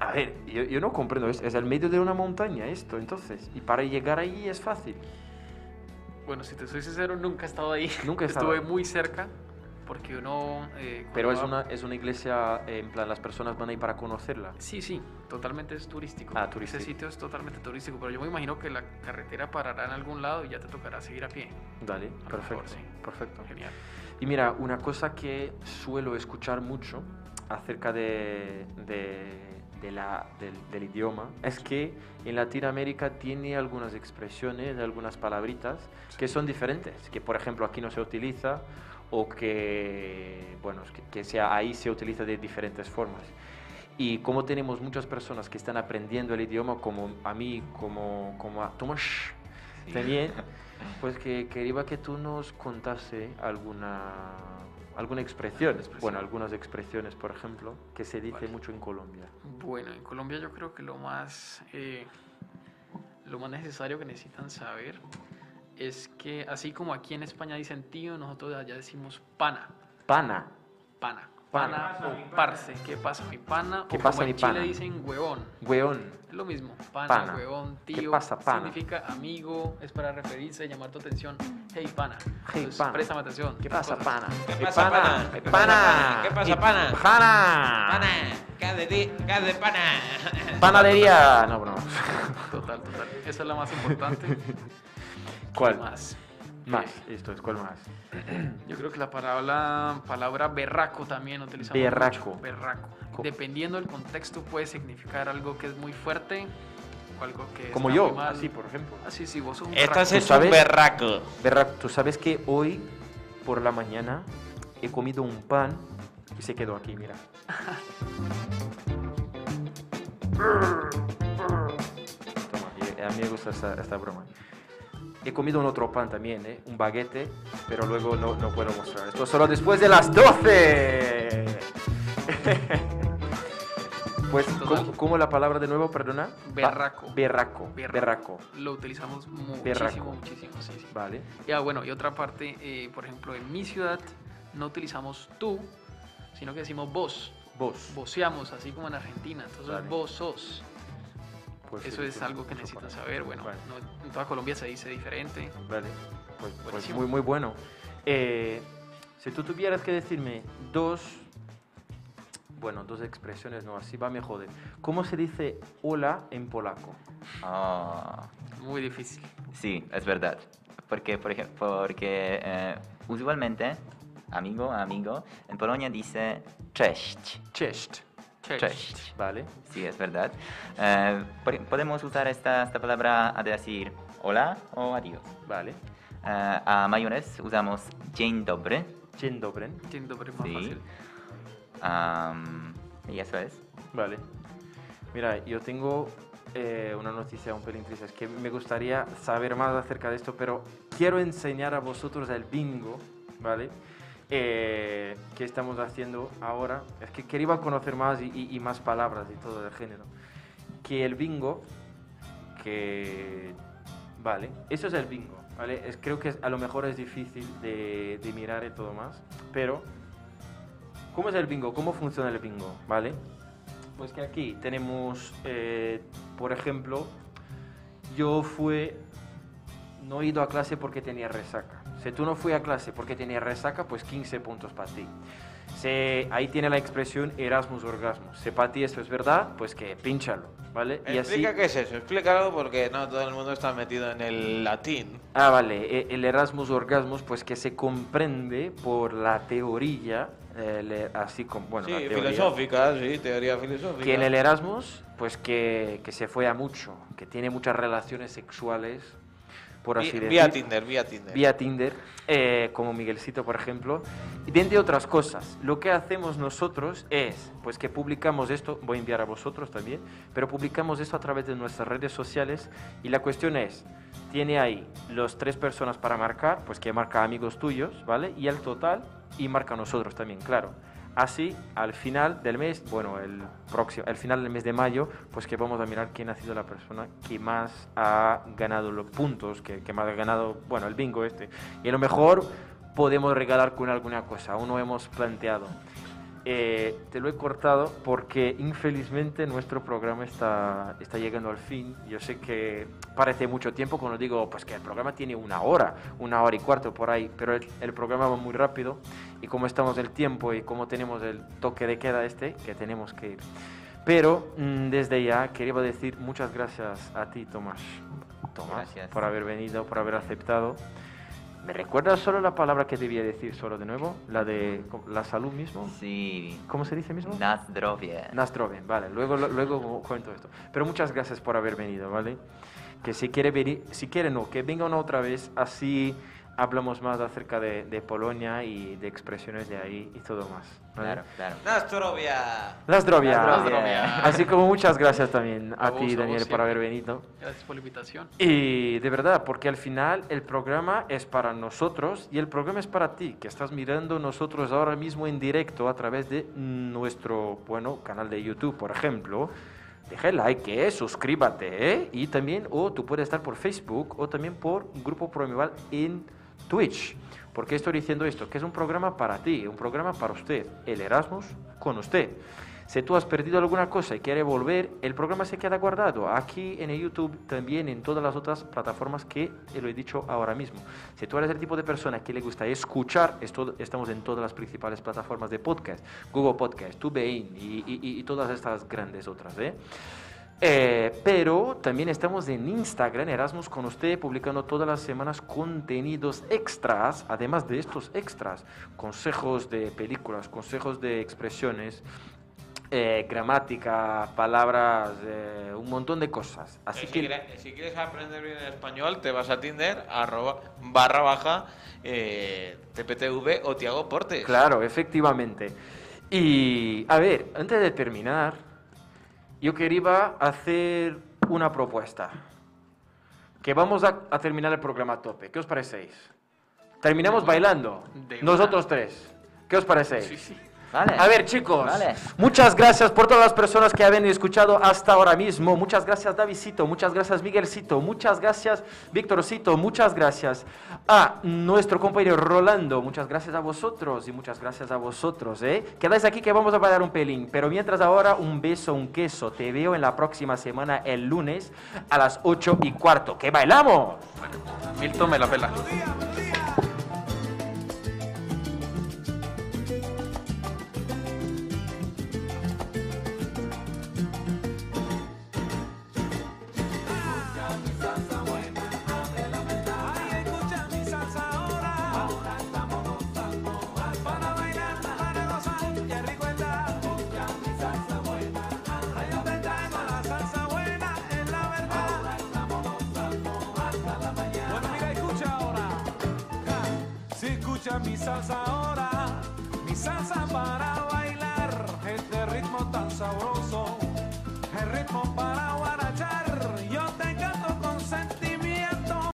Speaker 1: a ver, yo, yo no comprendo. Es, es el medio de una montaña esto, entonces. Y para llegar ahí es fácil.
Speaker 6: Bueno, si te soy sincero, nunca he estado ahí.
Speaker 1: Nunca he estado
Speaker 6: Estuve
Speaker 1: ahí.
Speaker 6: muy cerca porque uno... eh,
Speaker 1: Pero es
Speaker 6: cuando
Speaker 1: una,
Speaker 6: va-
Speaker 1: es una iglesia, eh, en plan, las personas van ahí para conocerla.
Speaker 6: Sí, sí, totalmente es turístico.
Speaker 1: Ah, turístico.
Speaker 6: Ese sitio es totalmente turístico, pero yo me imagino que la carretera parará en algún lado y ya te tocará seguir a pie.
Speaker 1: Dale,
Speaker 6: A lo
Speaker 1: perfecto.
Speaker 6: mejor, sí.
Speaker 1: Perfecto.
Speaker 6: Genial.
Speaker 1: Y mira, una cosa que suelo escuchar mucho acerca de, de- de la, del, del idioma es que en Latinoamérica tiene algunas expresiones, algunas palabritas que son diferentes, que por ejemplo aquí no se utiliza o que, bueno, es que, que sea, ahí se utiliza de diferentes formas. Y como tenemos muchas personas que están aprendiendo el idioma, como a mí, como, como a Tomás,
Speaker 6: [LAUGHS]
Speaker 1: también, pues que quería que tú nos contase alguna, alguna expresión,
Speaker 6: Alguna expresión.
Speaker 1: bueno, algunas expresiones, por ejemplo, que se dice
Speaker 6: Vale.
Speaker 1: mucho en Colombia.
Speaker 6: Bueno, en Colombia yo creo que lo más, eh, lo más necesario que necesitan saber es que así como aquí en España dicen tío, nosotros allá decimos pana,
Speaker 1: Pana,
Speaker 6: pana,
Speaker 1: Pana.
Speaker 6: pana, o parce, ¿qué pasa mi pana?
Speaker 1: ¿Qué
Speaker 6: o
Speaker 1: pasa,
Speaker 6: como
Speaker 1: mi
Speaker 6: en Chile
Speaker 1: pana?
Speaker 6: dicen huevón.
Speaker 1: weón,
Speaker 6: Es lo mismo, pana,
Speaker 1: Pana.
Speaker 6: huevón,
Speaker 1: ¿Qué
Speaker 6: tío.
Speaker 1: pasa, pana?
Speaker 6: Significa amigo, es para referirse, llamar tu atención. Hey, pana.
Speaker 1: Hey, pana.
Speaker 6: Préstame atención.
Speaker 1: ¿qué
Speaker 6: esas
Speaker 1: pasa,
Speaker 6: cosas.
Speaker 1: pana?
Speaker 2: ¿Qué
Speaker 1: Eh,
Speaker 2: pasa, pana?
Speaker 1: eh,
Speaker 2: ¿Qué pasa, pana? ¿Qué pasa,
Speaker 1: Eh,
Speaker 2: pana?
Speaker 1: pana?
Speaker 2: Pana, ¿qué has de ti? ¿Qué has de pana?
Speaker 1: Panadería, no, no.
Speaker 6: [LAUGHS] Total, total. Esa es la más importante. ¿Qué
Speaker 1: [LAUGHS] ¿Cuál?
Speaker 6: Más. Eh,
Speaker 1: Más, esto es, ¿cuál más?
Speaker 6: Yo creo que la palabra, palabra berraco también utilizamos
Speaker 1: Berraco.
Speaker 6: mucho. Berraco.
Speaker 1: Co-
Speaker 6: Dependiendo del contexto puede significar algo que es muy fuerte o algo que
Speaker 1: Como
Speaker 6: está muy
Speaker 1: yo,
Speaker 6: mal.
Speaker 1: así pues. por ejemplo.
Speaker 6: Ah, sí, sí, vos sos un
Speaker 2: Estás
Speaker 1: ¿Tú
Speaker 2: hecho
Speaker 1: sabes?
Speaker 2: un berraco.
Speaker 1: Berra, tú sabes que hoy por la mañana he comido un pan y se quedó aquí, mira. Toma, y eh, a mí me gusta esta, esta broma. He comido un otro pan también, ¿eh? un baguete, pero luego no, no puedo mostrar. Esto solo después de las 12. [LAUGHS] pues, ¿cómo, cómo la palabra de nuevo, perdona? Ba- Berraco.
Speaker 6: Berraco. Berraco.
Speaker 1: Berraco.
Speaker 6: berraco. Lo utilizamos muchísimo,
Speaker 1: Berraco.
Speaker 6: muchísimo. Sí, sí.
Speaker 1: Vale.
Speaker 6: Ya, bueno, y otra parte, eh, por ejemplo, en mi ciudad no utilizamos tú, sino que decimos vos.
Speaker 1: Vos.
Speaker 6: Voceamos, así como en Argentina. Entonces,
Speaker 1: Vale.
Speaker 6: vos sos.
Speaker 1: Pues
Speaker 6: Eso
Speaker 1: sí,
Speaker 6: es
Speaker 1: sí,
Speaker 6: algo que
Speaker 1: mucho
Speaker 6: necesitan
Speaker 1: para-
Speaker 6: saber. Bueno,
Speaker 1: Vale,
Speaker 6: no- en toda Colombia se dice diferente.
Speaker 1: vale. Pues, pues
Speaker 6: Buenísimo.
Speaker 1: muy, muy bueno. Eh, si tú tuvieras que decirme dos, bueno, dos expresiones, no, así va, me jode. ¿Cómo se dice hola en polaco?
Speaker 3: Oh.
Speaker 6: Muy difícil.
Speaker 3: Sí, es verdad. Porque, por ej- porque eh, usualmente, amigo, amigo, en Polonia dice cześć.
Speaker 1: Cześć.
Speaker 3: Cześć.
Speaker 1: Vale.
Speaker 3: Sí, es verdad. Eh, por- podemos usar esta, esta palabra a decir hola o adiós.
Speaker 1: Vale.
Speaker 3: Eh, a mayores usamos dzień dobry.
Speaker 1: Dzień dobry.
Speaker 6: Entiendo, pero es más
Speaker 3: Sí.
Speaker 6: fácil.
Speaker 3: Am, y eso es.
Speaker 1: Vale. Mira, yo tengo eh, una noticia un pelín triste. Es que me gustaría saber más acerca de esto, pero quiero enseñar a vosotros el bingo, ¿vale? Eh, que estamos haciendo ahora. Es que quería conocer más y, y- y más palabras y todo del género. Que el bingo, que... Vale, eso es el bingo. ¿vale? Es, creo que es- a lo mejor es difícil de, de mirar y todo más, pero ¿cómo es el bingo? ¿Cómo funciona el bingo? ¿Vale? Pues que aquí tenemos, eh, por ejemplo, yo fui, no he ido a clase porque tenía resaca. Si tú no fui a clase porque tenía resaca, pues 15 puntos para ti. Se, ahí tiene la expresión Erasmus orgasmo. Si para ti esto es verdad, pues que pínchalo, ¿vale?
Speaker 2: Explica qué es eso, explícalo porque no todo el mundo está metido en el latín.
Speaker 1: Ah, vale. e- El Erasmus Orgasmus, pues que se comprende por la teoría, eh, le- así como, bueno,
Speaker 2: sí,
Speaker 1: la teoría,
Speaker 2: filosófica, sí, teoría filosófica.
Speaker 1: Que en el Erasmus, pues que, que se fue a mucho, que tiene muchas relaciones sexuales, por así
Speaker 2: Vi-
Speaker 1: decirlo.
Speaker 2: vía Tinder, vía Tinder.
Speaker 1: Vía Tinder, eh, como Miguelcito, por ejemplo. Y de entre otras cosas, lo que hacemos nosotros es, pues que publicamos esto, voy a enviar a vosotros también, pero publicamos esto a través de nuestras redes sociales y la cuestión es, tiene ahí los tres personas para marcar, pues que marca amigos tuyos, ¿vale? Y el total, y marca a nosotros también, claro. Así, al final del mes, bueno, el próximo, al final del mes de mayo, pues que vamos a mirar quién ha sido la persona que más ha ganado los puntos, que, que más ha ganado, bueno, el bingo este. Y a lo mejor podemos regalar con alguna cosa, aún no hemos planteado. Eh, te lo he cortado porque infelizmente nuestro programa está, está llegando al fin. Yo sé que parece mucho tiempo cuando digo pues que el programa tiene una hora, una hora y cuarto por ahí, pero el, el programa va muy rápido y como estamos del tiempo y como tenemos el toque de queda este, que tenemos que ir. Pero mm, desde ya quería decir muchas gracias a ti, Tomás, Tomás
Speaker 3: Gracias.
Speaker 1: por haber venido, por haber aceptado. ¿Me recuerdas solo la palabra que debía decir solo de nuevo? La de la salud mismo.
Speaker 3: Sí.
Speaker 1: ¿Cómo se dice mismo?
Speaker 3: Na zdrowie.
Speaker 1: Nastroven, vale, luego, lo- luego cuento esto. Pero muchas gracias por haber venido, ¿vale? Que si quiere venir, si quiere no, que venga una otra vez, así hablamos más acerca de, de Polonia y de expresiones de ahí y todo más. ¿vale?
Speaker 3: Claro, claro.
Speaker 2: Nastrovia.
Speaker 1: Nasdrovia.
Speaker 6: Nasdrovia.
Speaker 1: Así como muchas gracias también a,
Speaker 6: A vos,
Speaker 1: ti,
Speaker 6: a vos
Speaker 1: Daniel, por
Speaker 6: siempre.
Speaker 1: haber venido.
Speaker 6: Gracias por la invitación.
Speaker 1: Y de verdad, porque al final el programa es para nosotros y el programa es para ti, que estás mirando nosotros ahora mismo en directo a través de nuestro, bueno, canal de YouTube, por ejemplo. Deja el like, eh, suscríbete, eh, y también, o tú puedes estar por Facebook o también por Grupo Promival en Twitch. ¿Por qué estoy diciendo esto? Que es un programa para ti, un programa para usted, el Erasmus con usted. Si tú has perdido alguna cosa y quieres volver, el programa se queda guardado aquí en el YouTube, también en todas las otras plataformas que te lo he dicho ahora mismo. Si tú eres el tipo de persona que le gusta escuchar, esto- estamos en todas las principales plataformas de podcast, Google Podcast, TubeIn y, y- y- y todas estas grandes otras, ¿eh? Eh, pero también estamos en Instagram, Erasmus con usted, publicando todas las semanas contenidos extras, además de estos extras, consejos de películas, consejos de expresiones, eh, gramática, palabras, eh, un montón de cosas. Así
Speaker 2: Eh, si,
Speaker 1: que
Speaker 2: quiere- si quieres aprender bien el español, te vas a Tinder, arroba, barra baja, eh, TPTV o Tiago Portes.
Speaker 1: Claro, efectivamente. Y a ver, antes de terminar, yo quería hacer una propuesta. Que vamos a, a terminar el programa a tope. ¿Qué os parecéis? Terminamos bailando.
Speaker 6: Mm, De una.
Speaker 1: Nosotros tres. ¿Qué os parecéis?
Speaker 6: Sí, sí.
Speaker 3: Vale.
Speaker 1: A ver, chicos,
Speaker 3: Vale.
Speaker 1: muchas gracias por todas las personas que habían escuchado hasta ahora mismo. Muchas gracias, Davidcito. Muchas gracias, Miguelcito. Muchas gracias, Víctorcito. Muchas gracias a nuestro compañero Rolando. Muchas gracias a vosotros y muchas gracias a vosotros. ¿eh? Quedáis aquí que vamos a bailar un pelín. Pero mientras ahora, un beso, un queso. Te veo en la próxima semana, el lunes, a las 8 y cuarto. ¡Que bailamos!
Speaker 6: Milton me la pela.
Speaker 8: Bueno, mira, escucha ahora. Ja. Si escucha mi salsa ahora, mi salsa para bailar. Este